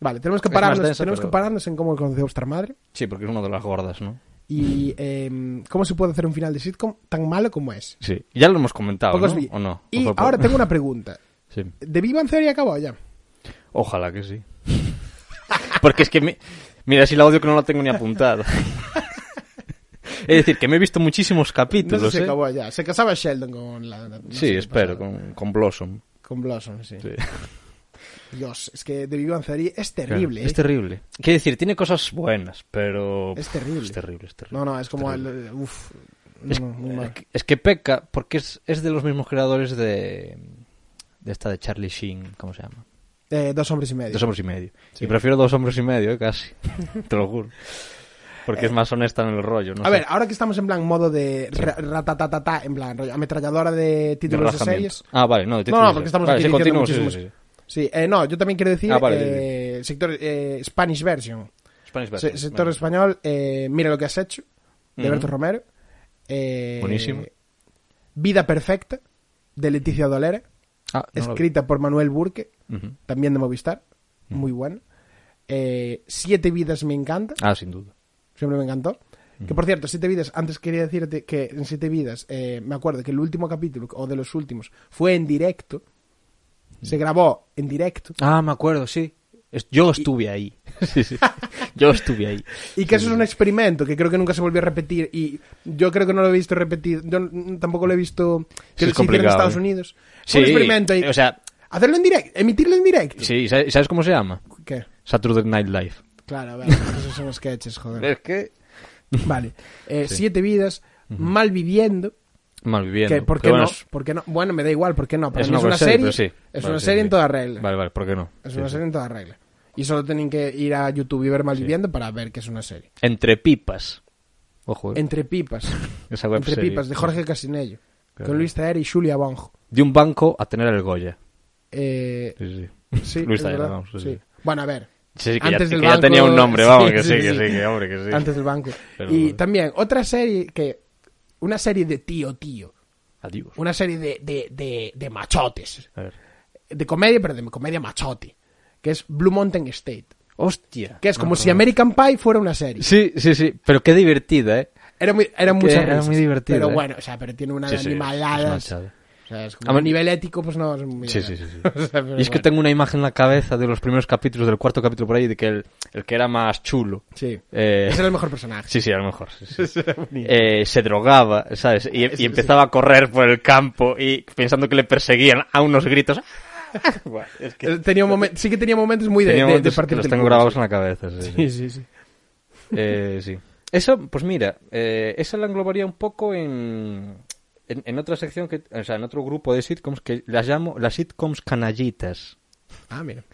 S2: Vale, tenemos que
S1: es más
S2: pararnos,
S1: densa,
S2: tenemos
S1: pero-
S2: que pararnos en cómo conoció vuestra madre.
S1: Sí, porque es una de las gordas, ¿no?
S2: Y em, cómo se puede hacer un final de sitcom tan malo como es.
S1: Sí, ya lo hemos comentado,
S2: Pocos
S1: ¿no?
S2: vi-
S1: ¿O no?
S2: Y
S1: O fue por-
S2: ahora tengo una pregunta.
S1: Sí.
S2: ¿De Vivan Theory acabó ya?
S1: Ojalá que sí. Porque es que, mi- mira, si la odio que no la tengo ni apuntada. es decir, que me he visto muchísimos
S2: No
S1: capítulos,
S2: sé si
S1: ¿eh?
S2: acabó ya. Se casaba Sheldon con la... la- no
S1: Sí,
S2: sé qué
S1: espero,
S2: pasaba.
S1: con, con Blossom.
S2: Con Blossom, sí.
S1: Sí.
S2: Dios, es que The Big Bang Theory es terrible,
S1: Es
S2: ¿eh?
S1: terrible. Quiero decir, tiene cosas buenas, pero...
S2: Es terrible.
S1: Es terrible, es terrible.
S2: No, no, es como...
S1: terrible.
S2: el- uf, no,
S1: Es,
S2: no, muy mal.
S1: es que peca porque es, es de los mismos creadores de... De esta de Charlie Sheen, ¿cómo se llama?
S2: Eh, dos hombres y medio.
S1: Dos hombres y medio.
S2: Sí.
S1: Y prefiero dos hombres y medio, eh, casi. Te lo juro. Porque es más honesta en el rollo, ¿no?
S2: Eh. A
S1: sé.
S2: ver, ahora que estamos en plan modo de ra- ratatatatá, en plan rollo ametralladora de
S1: De
S2: títulos de,
S1: relajamiento.
S2: series.
S1: Ah, vale, no, de
S2: No,
S1: títulos
S2: no,
S1: de-
S2: porque estamos
S1: vale,
S2: aquí
S1: sí,
S2: diciendo
S1: continúo, sí,
S2: muchísimos.
S1: sí, sí.
S2: Sí, eh, no, yo también quiero decir
S1: Ah, vale, sí,
S2: eh, sector eh, Spanish version.
S1: Spanish
S2: Se-
S1: Basics,
S2: sector
S1: vale.
S2: español, eh, mira lo que has hecho, de
S1: Ujú.
S2: Berto Romero. Eh,
S1: Buenísimo.
S2: Vida perfecta, de Leticia Dolera,
S1: Ah, no lo vi.
S2: escrita por Manuel Burke,
S1: Ujú.
S2: también de Movistar, muy bueno. Eh, Siete vidas me encanta,
S1: Ah, sin duda.
S2: siempre me encantó. Que por cierto, Siete vidas, antes quería decirte que en Siete vidas, eh, me acuerdo que el último capítulo, o de los últimos, fue en directo. Se grabó en directo.
S1: Ah, me acuerdo, sí. Es- Yo estuve ahí. Sí, sí. Yo estuve ahí.
S2: Y que eso es un experimento que creo que nunca se volvió a repetir. Y yo creo que no lo he visto repetir. Yo n- tampoco lo he visto
S1: Sí,
S2: que
S1: es
S2: se hiciera en
S1: complicado,
S2: Estados
S1: ¿eh?
S2: Unidos.
S1: Sí,
S2: Fue un experimento. Y
S1: o sea,
S2: hacerlo en directo. Emitirlo en directo.
S1: sí, ¿y ¿sabes sabes cómo se llama?
S2: ¿Qué?
S1: Saturday Night Live.
S2: Claro, a ver, esos son sketches, joder.
S1: Es que...
S2: Vale. Eh, Siete vidas, mal viviendo.
S1: Mal viviendo.
S2: Que, ¿Por qué
S1: Pero bueno,
S2: no?
S1: es-
S2: ¿Por qué no? Bueno, me da igual, ¿por qué no? Para
S1: es
S2: mí
S1: una
S2: es una
S1: webserie, pero
S2: serie,
S1: sí.
S2: es
S1: Vale,
S2: una
S1: sí,
S2: serie
S1: sí.
S2: en toda regla.
S1: Vale, vale, ¿por qué no?
S2: Es
S1: Sí,
S2: una
S1: sí.
S2: serie en toda regla. Y solo tienen que ir a YouTube y ver mal viviendo para ver que es una serie.
S1: Entre pipas. Ojo, eh.
S2: Entre pipas.
S1: esa
S2: Entre
S1: webserie.
S2: pipas, de Jorge Casinello.
S1: Claro.
S2: Con Luis Taer y Julia Bonjo.
S1: De un banco a tener el Goya.
S2: Eh,
S1: Sí, sí.
S2: sí,
S1: Luis
S2: es
S1: Taera,
S2: verdad,
S1: vamos, sí,
S2: sí.
S1: sí.
S2: Bueno, a ver.
S1: Sí, sí, que,
S2: Antes
S1: ya,
S2: del
S1: que ya
S2: banco-
S1: tenía un nombre,
S2: sí,
S1: vamos, que
S2: sí,
S1: sí, que
S2: sí.
S1: sí, que hombre, que sí.
S2: Antes del banco.
S1: Pero-
S2: y también otra serie que... Una serie de tío, tío.
S1: Adiós.
S2: Una serie de, de, de, de machotes.
S1: A ver.
S2: De comedia, pero de comedia machote. Que es Blue Mountain State.
S1: Hostia.
S2: Que es como si American Pie fuera una serie.
S1: Ah, Sí, sí, sí, pero qué divertida, ¿eh?
S2: Era muy,
S1: Que
S2: era muchas
S1: era
S2: risas,
S1: muy divertido,
S2: Pero
S1: eh.
S2: bueno, o sea, pero tiene una
S1: Sí,
S2: de
S1: sí, es- es
S2: Ah, animaladas.
S1: manchado.
S2: o sea, es
S1: A
S2: como a
S1: ver-
S2: nivel ético, pues no. es muy
S1: Sí, sí,
S2: bien.
S1: sí, sí.
S2: O sea, pero
S1: Y es que
S2: bueno.
S1: tengo una imagen en la cabeza de los primeros capítulos, del cuarto capítulo por ahí, de que el, el que era más chulo.
S2: Sí.
S1: eh,
S2: Ese era el mejor personaje.
S1: Sí, sí, a lo mejor. sí, sí. Eh, se drogaba, ¿sabes? Y, y empezaba a correr por el campo y pensando que le perseguían a unos gritos. Buah, es que
S2: Eh, Tenía un momen- sí que tenía momentos muy de,
S1: tenía
S2: de- de
S1: momentos que
S2: partirte
S1: los
S2: el
S1: tengo
S2: culo,
S1: grabados en la cabeza. Sí, sí.
S2: Sí, sí, sí.
S1: Eh, sí. Eso, pues mira, eh, eso la englobaría un poco en, en, en otra sección, que, o sea, en otro grupo de sitcoms que las llamo las sitcoms canallitas,
S2: Ah, mira.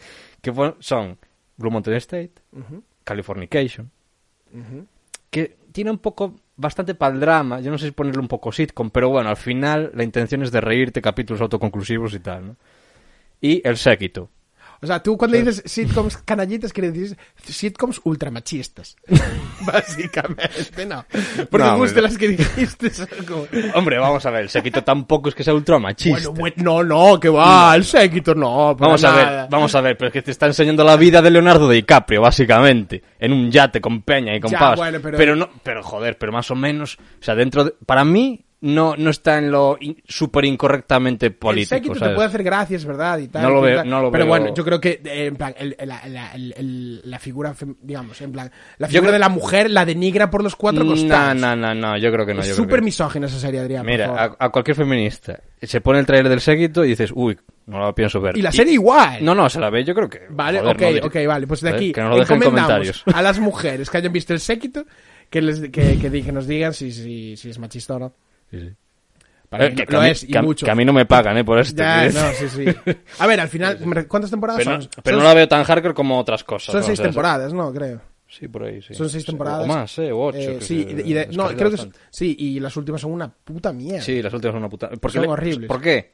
S1: que fue- son Blue Mountain State, Californication, que tiene un poco bastante para el drama, yo no sé si ponerle un poco sitcom, pero bueno, al final la intención es de reírte capítulos autoconclusivos y tal, ¿no? Y El Séquito.
S2: O sea, tú cuando dices sitcoms canallitas, quieres decir sitcoms ultramachistas. Básicamente, no. Porque
S1: No,
S2: justo
S1: hombre.
S2: las que dijiste son como...
S1: Hombre, vamos a ver, El Séquito tampoco es que sea ultra machista.
S2: Bueno, bueno, no, no, que va, el séquito, no. para
S1: Vamos a
S2: nada.
S1: ver, vamos a ver, pero es que te está enseñando la vida de Leonardo DiCaprio, básicamente, en un yate con peña y con
S2: Ya,
S1: pavas.
S2: bueno, pero-
S1: no, pero joder, pero más o menos, o sea, dentro de, para mí no no está en lo in- súper incorrectamente político,
S2: El séquito
S1: ¿sabes?
S2: te puede hacer gracias, ¿verdad? Y tal,
S1: No lo
S2: y
S1: veo-
S2: tal.
S1: no lo
S2: Pero
S1: veo-
S2: bueno, yo creo que, eh, en plan, el- el- la- la- el- el- la figura, fem- digamos, en plan, la
S1: Yo
S2: figura
S1: creo-
S2: de la mujer la denigra por los cuatro
S1: no,
S2: costados.
S1: no, no, no, yo creo que no, yo
S2: es
S1: creo
S2: súper
S1: que-
S2: misógina esa serie, Adrián. por
S1: Mira,
S2: favor.
S1: a, a cualquier feminista se pone el trailer del séquito y dices, "Uy, no lo pienso ver."
S2: Y la serie igual.
S1: No, no, se la ve, yo creo que
S2: Vale,
S1: joder,
S2: ok,
S1: no dir-
S2: ok, vale. Pues de
S1: Joder,
S2: aquí
S1: que nos lo dejen en
S2: encomendamos
S1: comentarios.
S2: a las mujeres que hayan visto el séquito que, les, que, que, di- que nos digan si, si, si es machista o no.
S1: Sí, sí.
S2: Para
S1: Eh,
S2: mí
S1: que- que
S2: lo
S1: a mí-
S2: es, y
S1: que a-
S2: mucho.
S1: que a mí no me pagan, eh, por esto.
S2: Ya,
S1: ¿eh?
S2: no, sí, sí. A ver, al final, ¿cuántas temporadas
S1: Pero,
S2: son?
S1: no, pero
S2: son
S1: no la veo tan hardcore como otras cosas.
S2: son
S1: ¿no?
S2: seis
S1: O sea,
S2: temporadas, ¿no? Creo.
S1: Sí, por ahí, sí.
S2: Son seis
S1: Sí,
S2: temporadas.
S1: O más, eh, o ocho.
S2: Eh,
S1: que
S2: sí,
S1: se-
S2: y de- y de-
S1: se
S2: no,
S1: escasea
S2: creo que
S1: bastante.
S2: son- sí, y las últimas son una puta mierda.
S1: Sí, las últimas son una puta... Porque
S2: Son
S1: le-
S2: horribles.
S1: ¿Por qué?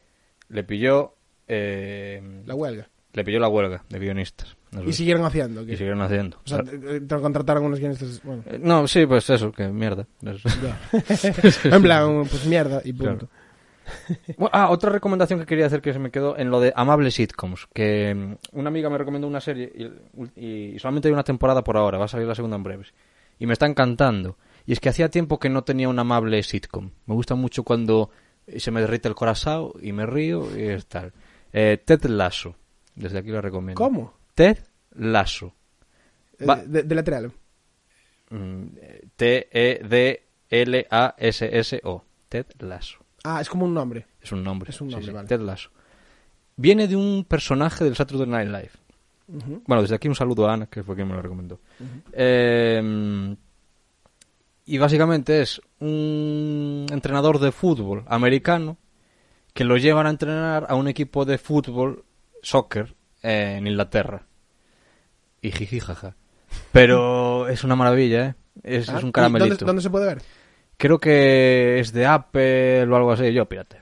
S1: Le pilló... eh,
S2: La huelga.
S1: Le pilló la huelga de guionistas. Las
S2: Y
S1: dos.
S2: siguieron haciendo. que-
S1: Y Ah. siguieron haciendo.
S2: O sea,
S1: O sea,
S2: te, te contrataron unos guionistas. Bueno,
S1: eh, no, sí, pues eso, que mierda. Es-
S2: ya. en plan, pues mierda y punto.
S1: Bueno, ah, otra recomendación que quería hacer que se me quedó en lo de amables sitcoms. Que mm, una amiga me recomendó una serie y, y solamente hay una temporada por ahora, va a salir la segunda en breves. Y me está encantando. Y es que hacía tiempo que no tenía una amable sitcom. Me gusta mucho cuando eh, se me derrite el corazón y me río y es tal. Eh, Ted Lasso. Desde aquí lo recomiendo.
S2: ¿Cómo?
S1: Ted Lasso.
S2: Eh,
S1: Va-
S2: de, de lateral.
S1: Mm, eh, T-E-D-L-A-S-S-O. Ted Lasso.
S2: Ah, es como un nombre.
S1: Es un nombre.
S2: Es un
S1: sí,
S2: nombre,
S1: sí,
S2: vale.
S1: Ted Lasso. Viene de un personaje del Saturday Night Live. Bueno, desde aquí un saludo a Ana, que fue quien me lo recomendó. Eh, y básicamente es un entrenador de fútbol americano que lo llevan a entrenar a un equipo de fútbol, soccer, eh, en Inglaterra. Y jiji, jaja. Pero es una maravilla, ¿eh? Es,
S2: Ah,
S1: es un
S2: ¿y
S1: caramelito.
S2: ¿Dónde, dónde se puede ver?
S1: Creo que es de Apple o algo así. Yo, pirata.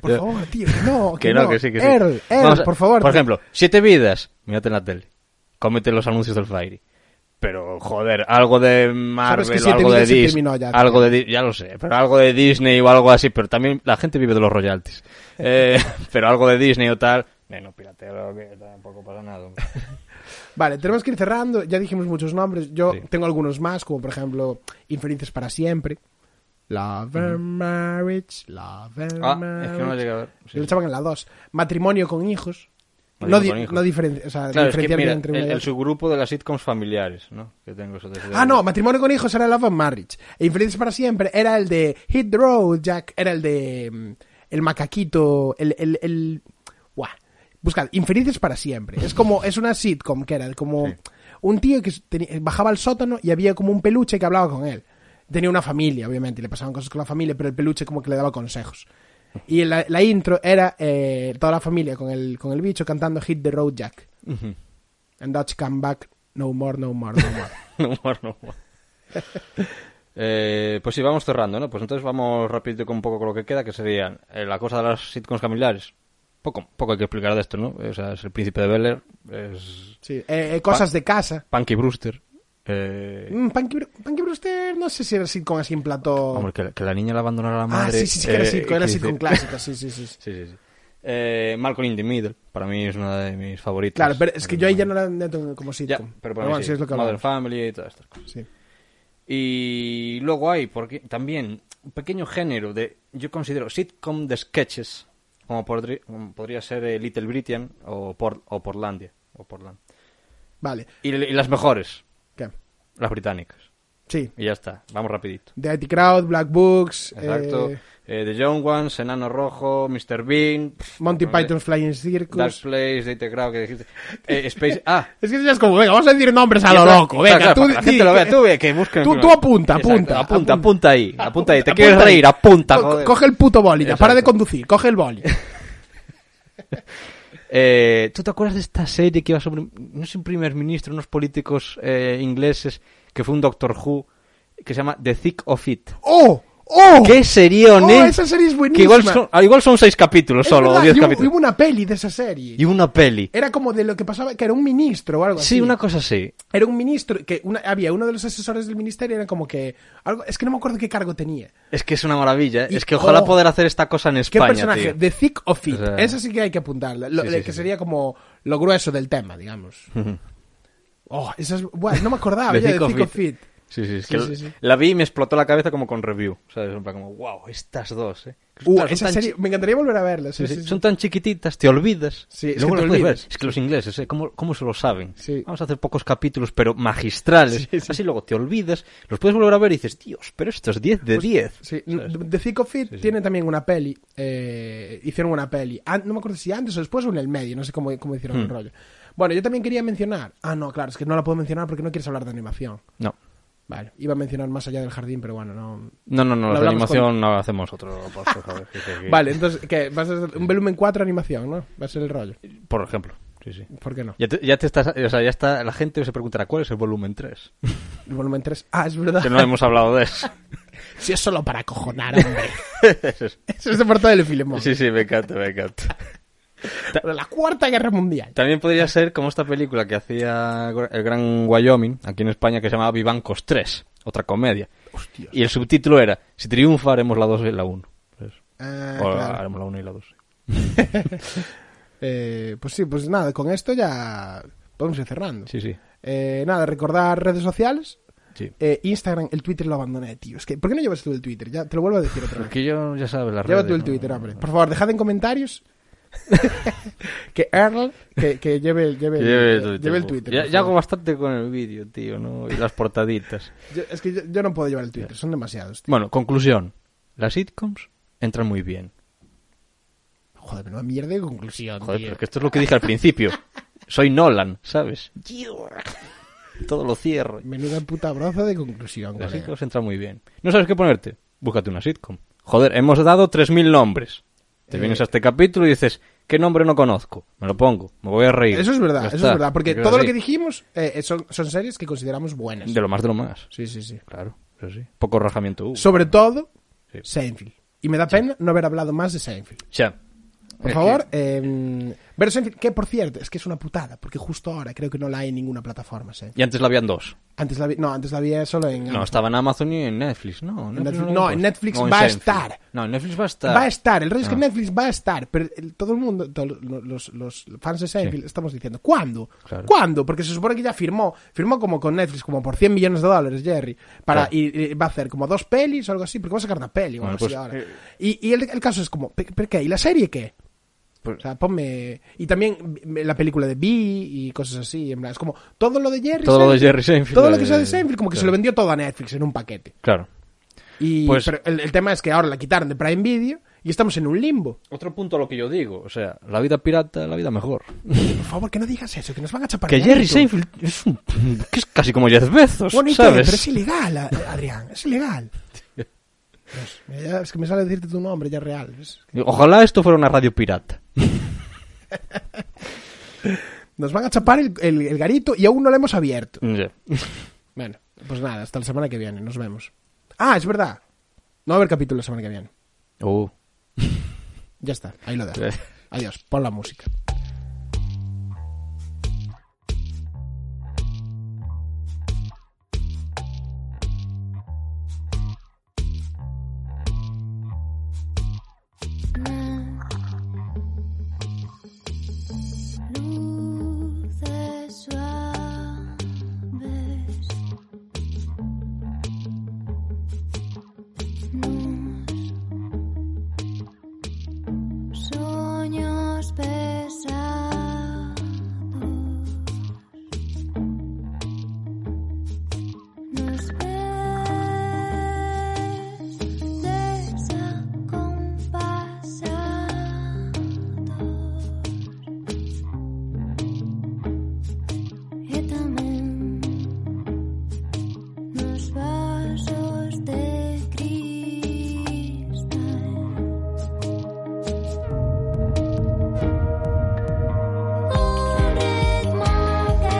S2: Por
S1: Yo-
S2: favor, tío, que no, que,
S1: Que no, que sí, que sí.
S2: Errol, Errol,
S1: Vamos a-
S2: por favor.
S1: Por ejemplo, siete vidas. Mírate en la tele. Cómete los anuncios del Fairy. Pero, joder, algo de Marvel,
S2: Sabes que
S1: o
S2: Siete
S1: algo de
S2: Vidas se
S1: Disney.
S2: terminó ya, tío.
S1: algo de Di- ya lo sé, pero algo de Disney o algo así. Pero también la gente vive de los royalties. Eh, pero algo de Disney o tal. Eh, no, pirateo, que tampoco pasa nada. hombre.
S2: Vale, tenemos que ir cerrando. Ya dijimos muchos nombres. Yo
S1: Sí.
S2: tengo algunos más, como por ejemplo Infelices para siempre. Love and Marriage, Love and
S1: Ah, es que
S2: Marriage.
S1: no lo llegué a ver. Sí.
S2: Lo echaban en la 2. Matrimonio con hijos. No,
S1: Marido
S2: di-
S1: con hijo.
S2: no diferencia, o sea,
S1: Claro, es que
S2: diferenciar bien
S1: mira,
S2: entre una
S1: el,
S2: y
S1: el
S2: otra.
S1: subgrupo de las sitcoms familiares, ¿no? Que tengo eso desde-
S2: Ah, no, matrimonio con hijos era Love and Marriage. E Infelices para siempre era el de Hit the Road, Jack. Era el de. mm, El macaquito. El. el, el... Buah. Buscad, Infelices para siempre. Es como. Es una sitcom que era como. Un tío que teni- bajaba al sótano y había como un peluche que hablaba con él. Tenía una familia, obviamente, y le pasaban cosas con la familia, pero el peluche como que le daba consejos. Y la, la intro era eh, toda la familia con el, con el bicho cantando Hit the Road, Jack. And that's come back, no more, no more, no more.
S1: No more, no more. Eh, pues sí, vamos cerrando, ¿no? Pues entonces vamos rápido con un poco con lo que queda, que serían eh, la cosa de las sitcoms familiares. Poco, poco hay que explicar de esto, ¿no? O sea, es el príncipe de Bel Air, es
S2: Sí, eh, eh, cosas de casa.
S1: Punky Brewster. eh,
S2: Mm, Punky, Bru- Punky Brewster, no sé si era sitcom así en plató.
S1: vamos, que, la- que la niña la abandonara a la
S2: ah,
S1: madre.
S2: sí, sí, sí, que era
S1: eh,
S2: sitcom, era
S1: que
S2: sitcom
S1: dice-
S2: clásica, sí, sí, sí. sí.
S1: Sí, sí, sí. Eh, Malcolm in the Middle, para mí es una de mis favoritas.
S2: Claro, pero es que yo ahí ya no la meto como
S1: Ya,
S2: sitcom.
S1: pero
S2: pero
S1: para
S2: bueno,
S1: mí
S2: sí es lo que
S1: Modern
S2: hablamos.
S1: Family y todas estas cosas.
S2: Sí.
S1: Y luego hay porque también un pequeño género de, yo considero, sitcom de sketches, como, podri- como podría ser eh, Little Britain o, Por- o Portlandia. O Portland.
S2: Vale,
S1: Y, y las mejores,
S2: ¿qué?
S1: las británicas.
S2: Sí.
S1: Y ya está, vamos rapidito.
S2: The IT Crowd, Black Books,
S1: Exacto.
S2: eh,
S1: Eh, The Young Ones, Enano Rojo, Mr. Bean. pff,
S2: Monty
S1: hombre,
S2: Python's Flying Circus.
S1: Dark Place, Date Crowd, que dijiste. Eh, Space. Ah,
S2: Es que es como, venga, vamos a decir nombres a
S1: Y
S2: lo
S1: entonces-
S2: loco. Venga,
S1: claro, claro,
S2: tú,
S1: para que la
S2: di-
S1: gente lo vea, tú ve que busquen
S2: Tú,
S1: primero.
S2: tú apunta,
S1: Exacto,
S2: apunta,
S1: apunta, apunta ahí, apunta ahí. Te quieres
S2: apunta ahí.
S1: reír, apunta.
S2: Co-
S1: joder.
S2: Coge el puto boli, ya,
S1: Exacto.
S2: para de conducir, coge el boli.
S1: Eh, ¿Tú te acuerdas de esta serie que iba sobre, no sé, un primer ministro, unos políticos eh, ingleses, que fue un Doctor Who, que se llama The Thick of It?
S2: ¡Oh! ¡Oh!
S1: ¡Qué serión,
S2: Oh,
S1: eh!
S2: esa serie es
S1: Que igual
S2: buenísima.
S1: son, ah, igual son seis capítulos
S2: Es
S1: solo,
S2: verdad,
S1: o diez
S2: y hubo-
S1: capítulos.
S2: Hubo una peli de esa serie.
S1: Y una peli.
S2: Era como de lo que pasaba, que era un ministro o algo así.
S1: Sí, una cosa así.
S2: Era un ministro, que una- había uno de los asesores del ministerio, era como que... Algo, es que no me acuerdo qué cargo tenía.
S1: Es que es una maravilla. ¿eh?
S2: Y-
S1: Es que ojalá
S2: oh.
S1: poder hacer esta cosa en
S2: ¿Qué
S1: España,
S2: personaje?
S1: tío.
S2: The Thick of It.
S1: O sea-
S2: Esa sí que hay que apuntarla. Lo-
S1: Sí, sí,
S2: le-
S1: sí,
S2: que
S1: sí.
S2: sería como lo grueso del tema, digamos. oh, esa es... Bueno, no me acordaba
S1: The
S2: ya de
S1: Thick of
S2: Thick of
S1: It.
S2: It.
S1: Sí, sí, es
S2: Sí,
S1: que
S2: sí, sí.
S1: la vi y me explotó la cabeza como con review, ¿sabes? En plan como, wow, estas dos, ¿eh?
S2: Uh,
S1: Ostras, son
S2: esa
S1: tan
S2: serie...
S1: chi-
S2: Me encantaría volver a verla.
S1: sí,
S2: Sí,
S1: sí,
S2: sí, sí.
S1: Son tan chiquititas, te olvidas.
S2: Sí, es
S1: Luego
S2: que te
S1: las puedes ver.
S2: olvidas.
S1: Es que los ingleses, ¿eh? ¿Cómo, cómo se lo saben?
S2: Sí.
S1: Vamos a hacer pocos capítulos, pero magistrales.
S2: Sí, sí.
S1: Así luego te olvidas, los puedes volver a ver y dices, Dios, pero esto es 10 de 10.
S2: Pues Sí,
S1: ¿sabes?
S2: The Thick of It tiene también una peli. eh, hicieron una peli. an- no me acuerdo si antes o después o en el medio. No sé cómo, cómo hicieron
S1: Hmm.
S2: el rollo. Bueno, yo también quería mencionar. Ah, no, claro, es que no la puedo mencionar porque no quieres hablar de animación.
S1: No.
S2: Vale, iba a mencionar más allá del jardín, pero bueno, no.
S1: No, no, no,
S2: Lo
S1: la
S2: hablamos
S1: animación
S2: con-
S1: no la hacemos otro podcast, ¿sabes? Que- que- que-
S2: Vale, entonces, ¿qué? Vas a hacer un volumen 4 animación, ¿no? Va a ser el rollo.
S1: Por ejemplo, sí, sí.
S2: ¿Por qué no?
S1: Ya te, ya te estás, o sea, ya está, la gente se preguntará, ¿cuál es el volumen 3?
S2: El volumen 3. Ah, es verdad.
S1: que no hemos hablado de eso.
S2: Si es solo para acojonar, hombre. Eso es de parte del Filemón.
S1: Sí, sí, me encanta, me encanta.
S2: La Cuarta Guerra Mundial.
S1: También podría ser como esta película que hacía el gran Wyoming, aquí en España, que se llamaba Vivancos 3, otra comedia. Y el subtítulo era, si triunfa haremos la 2 y la 1. Pues,
S2: Ah,
S1: o
S2: claro.
S1: haremos la 1 y la 2.
S2: Eh, pues sí, pues nada, con esto ya podemos ir cerrando.
S1: Sí, sí.
S2: Eh, nada, recordar redes sociales.
S1: sí.
S2: Eh, Instagram, el Twitter lo abandoné, tío. Es que, ¿por qué no llevas tú el Twitter? Ya te lo vuelvo a decir otra vez.
S1: Porque yo ya sabes las
S2: Lleva
S1: redes,
S2: tú el
S1: ¿no?
S2: Twitter, hombre. Por favor, dejad en comentarios que Earl que, que lleve, lleve,
S1: Que
S2: lleve
S1: lleve
S2: el Twitter.
S1: Ya,
S2: por
S1: ya hago
S2: favor.
S1: bastante con el vídeo, tío, ¿no? Y las portaditas.
S2: Yo- es que yo, yo no puedo llevar el Twitter, son demasiados. tío.
S1: Bueno, conclusión. Las sitcoms entran muy bien.
S2: Joder, pero una mierda de conclusión,
S1: Joder,
S2: tío.
S1: pero que esto es lo que dije al principio. Soy Nolan, ¿sabes? Todo lo cierro.
S2: Menuda puta broza de conclusión,
S1: Las
S2: colega.
S1: sitcoms entran muy bien. ¿No sabes qué ponerte? Búscate una sitcom. Joder, hemos dado 3.000 nombres.
S2: Eh,
S1: Te vienes a este capítulo y dices, ¿qué nombre no conozco? Me lo pongo, me voy a reír.
S2: Eso es verdad,
S1: Ya
S2: eso
S1: está.
S2: es verdad. Porque
S1: Me quedo
S2: todo lo
S1: así.
S2: que dijimos eh, son, son series que consideramos buenas.
S1: De lo más de lo más.
S2: Sí, sí, sí.
S1: Claro, eso sí. Poco rajamiento hubo.
S2: Sobre todo,
S1: Sí.
S2: Seinfeld. Y me da pena no haber hablado más de Seinfeld.
S1: O sea,
S2: Por
S1: es
S2: favor,
S1: que-
S2: eh, ver Seinfeld, que por cierto, es que es una putada, porque justo ahora creo que no la hay en ninguna plataforma, Seinfeld.
S1: Y antes la habían dos.
S2: Antes la vi, no, antes la vi solo en...
S1: No, estaba en Amazon y en Netflix, ¿no. la
S2: Netflix- no,
S1: habían
S2: en
S1: puesto.
S2: Netflix
S1: en
S2: va a
S1: Seinfeld.
S2: estar.
S1: No, en Netflix va a estar.
S2: Va a estar, el rollo es que
S1: Ah.
S2: Netflix va a estar, pero el- todo el mundo, todos los, los fans de Seinfeld
S1: Sí.
S2: estamos diciendo, ¿cuándo?
S1: Claro.
S2: ¿Cuándo? Porque se supone que ya firmó, firmó como con Netflix, como por 100 millones de dólares, Jerry, para,
S1: Claro.
S2: y, y va a hacer como dos pelis o algo así, porque va a sacar una peli o
S1: Bueno,
S2: algo así
S1: pues,
S2: ahora.
S1: eh.
S2: Y, y el, el caso es como, ¿pero pero qué? ¿Y la serie qué?
S1: Pues-
S2: O sea, ponme. Y también la película de Bee y cosas así. En plan, es como todo lo de Jerry
S1: Todo lo de
S2: Seinfeld,
S1: Jerry Seinfeld.
S2: Todo lo que
S1: eh,
S2: sea de Seinfeld, como que se
S1: claro.
S2: lo vendió todo a Netflix en un paquete.
S1: Claro.
S2: Y
S1: Pues-
S2: pero el, el tema es que ahora la quitaron de Prime Video y estamos en un limbo.
S1: Otro punto a lo que yo digo, o sea, la vida pirata, la vida mejor.
S2: Por favor, que no digas eso, que nos van a chapar.
S1: Que
S2: de
S1: Jerry
S2: alto.
S1: Seinfeld es, un- que es casi como Jeff Bezos,
S2: Bueno, ¿y qué?
S1: ¿sabes?
S2: pero es ilegal, a- Adrián, es ilegal. Dios, me- ya- es que me sale decirte tu nombre ya real. ¿ves?
S1: Ojalá esto fuera una radio pirata.
S2: Nos van a chapar el, el- el garito y aún no lo hemos abierto.
S1: Ya.
S2: Bueno, pues nada, hasta la semana que viene, nos vemos. Ah, es verdad. No va a haber capítulo la semana que viene.
S1: Uh.
S2: Ya está, ahí lo dejo.
S1: Sí.
S2: Adiós, pon la música.
S5: Luces suaves Nos Sueños pesados Nos ves desacompasados y también los vasos de cristal. Un ritmo que